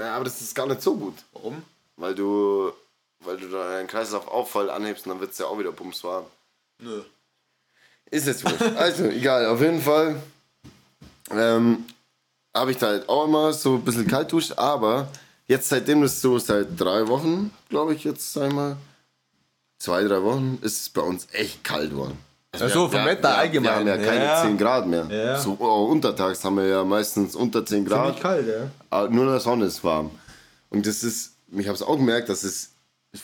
S5: Ja, aber das ist gar nicht so gut.
S4: Warum?
S5: Weil du, weil du da deinen Kreislauf auch voll anhebst und dann wird es ja auch wieder bumswarm.
S4: Nö.
S5: Ist jetzt wurscht. Also, egal, auf jeden Fall ähm, habe ich da halt auch immer so ein bisschen kalt duscht, aber jetzt seitdem das so seit drei Wochen, glaube ich, jetzt sag ich mal, zwei, drei Wochen, ist es bei uns echt kalt geworden.
S4: Ach so, vom Wetter allgemein.
S5: Wir haben ja keine
S4: Ja.
S5: 10 Grad mehr.
S4: Ja.
S5: So oh, untertags haben wir ja meistens unter 10 Grad.
S4: kalt, ja.
S5: Ah, Aber nur in der Sonne ist warm. Und das ist, ich habe es auch gemerkt, dass es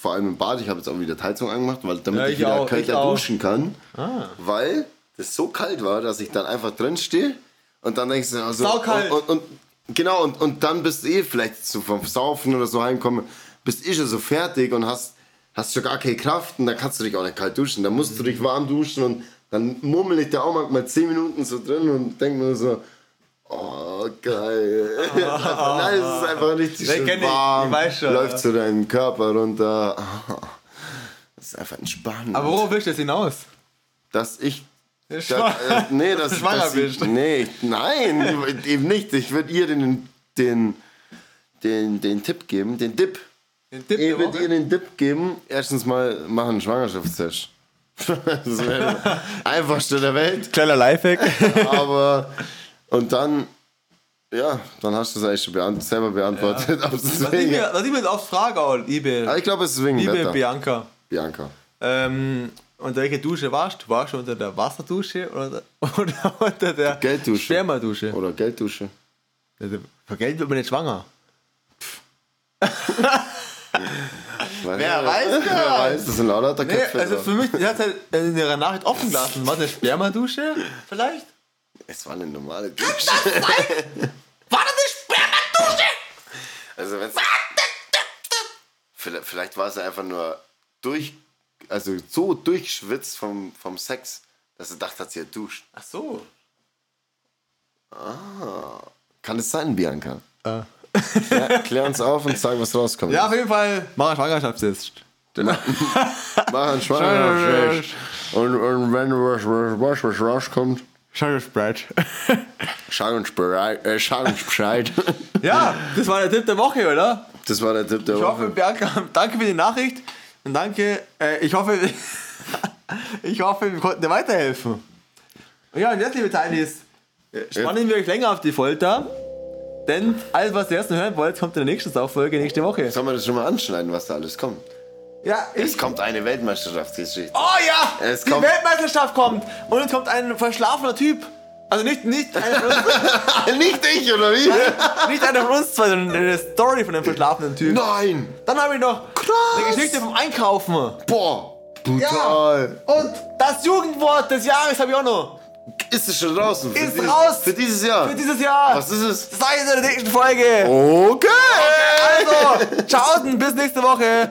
S5: vor allem im Bad, ich habe jetzt auch wieder die Heizung angemacht, weil damit
S4: Ja,
S5: ich,
S4: ich
S5: wieder
S4: auch,
S5: kälter
S4: ich auch. Ah.
S5: duschen kann. Weil das so kalt war, dass ich dann einfach drin stehe und dann denkst du, also,
S4: Saukalt.
S5: Und, und, und, genau, und, und dann bist du eh vielleicht so vom Saufen oder so heimkommen, bist eh schon so fertig und hast, hast schon gar keine Kraft und dann kannst du dich auch nicht kalt duschen. Dann musst du dich warm duschen und dann murmel ich da auch manchmal 10 Minuten so drin und denk mir so, Oh, geil.
S4: *laughs*
S5: Nein, es ist einfach richtig
S4: Den
S5: schön
S4: kenn ich,
S5: warm.
S4: ich weiß schon,
S5: Läuft
S4: ja.
S5: zu deinem Körper runter. *laughs* Das ist einfach entspannend.
S4: Aber worauf willst du das hinaus?
S5: dass ich...
S4: Schwa-
S5: Da, äh, nee,
S4: *laughs*
S5: dass,
S4: Schwanger
S5: dass ich,
S4: bist.
S5: nee, ich- nein, eben nicht. Ich würde ihr den, den, den, den Tipp geben, den Dip.
S4: Den Tipp
S5: Ich
S4: der
S5: würde ihr
S4: Woche.
S5: den Tipp geben, erstens mal machen einen Schwangerschaftstest. *laughs* das
S4: *laughs*
S5: wäre einfachste der Welt.
S4: Kleiner Lifehack.
S5: Aber und dann, ja, dann hast du es eigentlich schon beant selber beantwortet. ob es
S4: Was ich
S5: wegen-
S4: mir, was ich mir jetzt oft frage, Ol, liebe,
S5: Aber ich glaube, es ist wegen
S4: liebe
S5: Wetter.
S4: Bianca.
S5: Bianca.
S4: Ähm, unter welcher Dusche warst du? Warst du unter der Wasserdusche oder, *laughs* oder unter der
S5: Gelddusche.
S4: Spermadusche?
S5: Oder Gelddusche.
S4: Also, Von Geld wird man nicht schwanger. Wer weiß das?
S5: Wer weiß, das sind lauter der
S4: Nee,
S5: Köpfe.
S4: also
S5: drauf.
S4: für mich, die hat halt in ihrer Nachricht offen gelassen. War das eine Spermadusche vielleicht?
S5: es war eine normale Dusche.
S3: War das eine Spermadusche?
S5: Also wenn's, vielleicht, vielleicht war es einfach nur durch, also so durchschwitzt vom, vom Sex, dass sie dachte, hat sie ja duscht.
S4: Ach so.
S5: Kann es sein, Bianca? Klär, klär uns auf und sag, was rauskommt.
S4: Ah. Ja, auf jeden Fall. Mach einen Schwangerschaftstest.
S5: Genau.
S4: *laughs*
S5: Mach einen Schwangerschaftstest. Und, und wenn du was, was, was, was rauskommt,
S4: Schwangerschaft.
S5: schau uns bereit, äh, schau uns
S4: *laughs*
S5: Bescheid.
S4: Ja, das war der Tipp der Woche, oder?
S5: Das war der Tipp der
S4: Ich hoffe,
S5: Woche.
S4: Bianca, danke für die Nachricht. Und danke, äh, ich hoffe, *laughs* ich hoffe, wir konnten dir weiterhelfen. Ja, und jetzt, liebe Teilis, äh, spannen wir euch länger auf die Folter. Denn alles, was ihr erst noch hören wollt, kommt in der nächsten Sauffolge nächste Woche.
S5: Sollen wir das schon mal anschneiden, was da alles kommt?
S4: Ja,
S5: Es kommt eine Weltmeisterschaftsgeschichte.
S4: Oh ja!
S5: Es
S4: die
S5: kommt-
S4: Weltmeisterschaft kommt! Und es kommt ein verschlafener Typ. Also nicht, nicht, einer von uns, *laughs*
S5: Nicht ich, oder wie?
S4: nicht einer von uns zwei, sondern eine Story von einem verschlafenen Typen.
S5: Nein!
S4: Dann habe ich noch eine Geschichte vom Einkaufen.
S5: Boah! Brutal!
S4: Und das Jugendwort des Jahres habe ich auch noch.
S5: Ist es schon draußen? Für
S4: Ist
S5: dieses,
S4: raus!
S5: Für dieses Jahr!
S4: Für dieses Jahr.
S5: was ist Oh. es?
S4: Das sag ich in der nächsten Folge.
S5: Okay!
S4: Also, ciao, bis nächste Woche.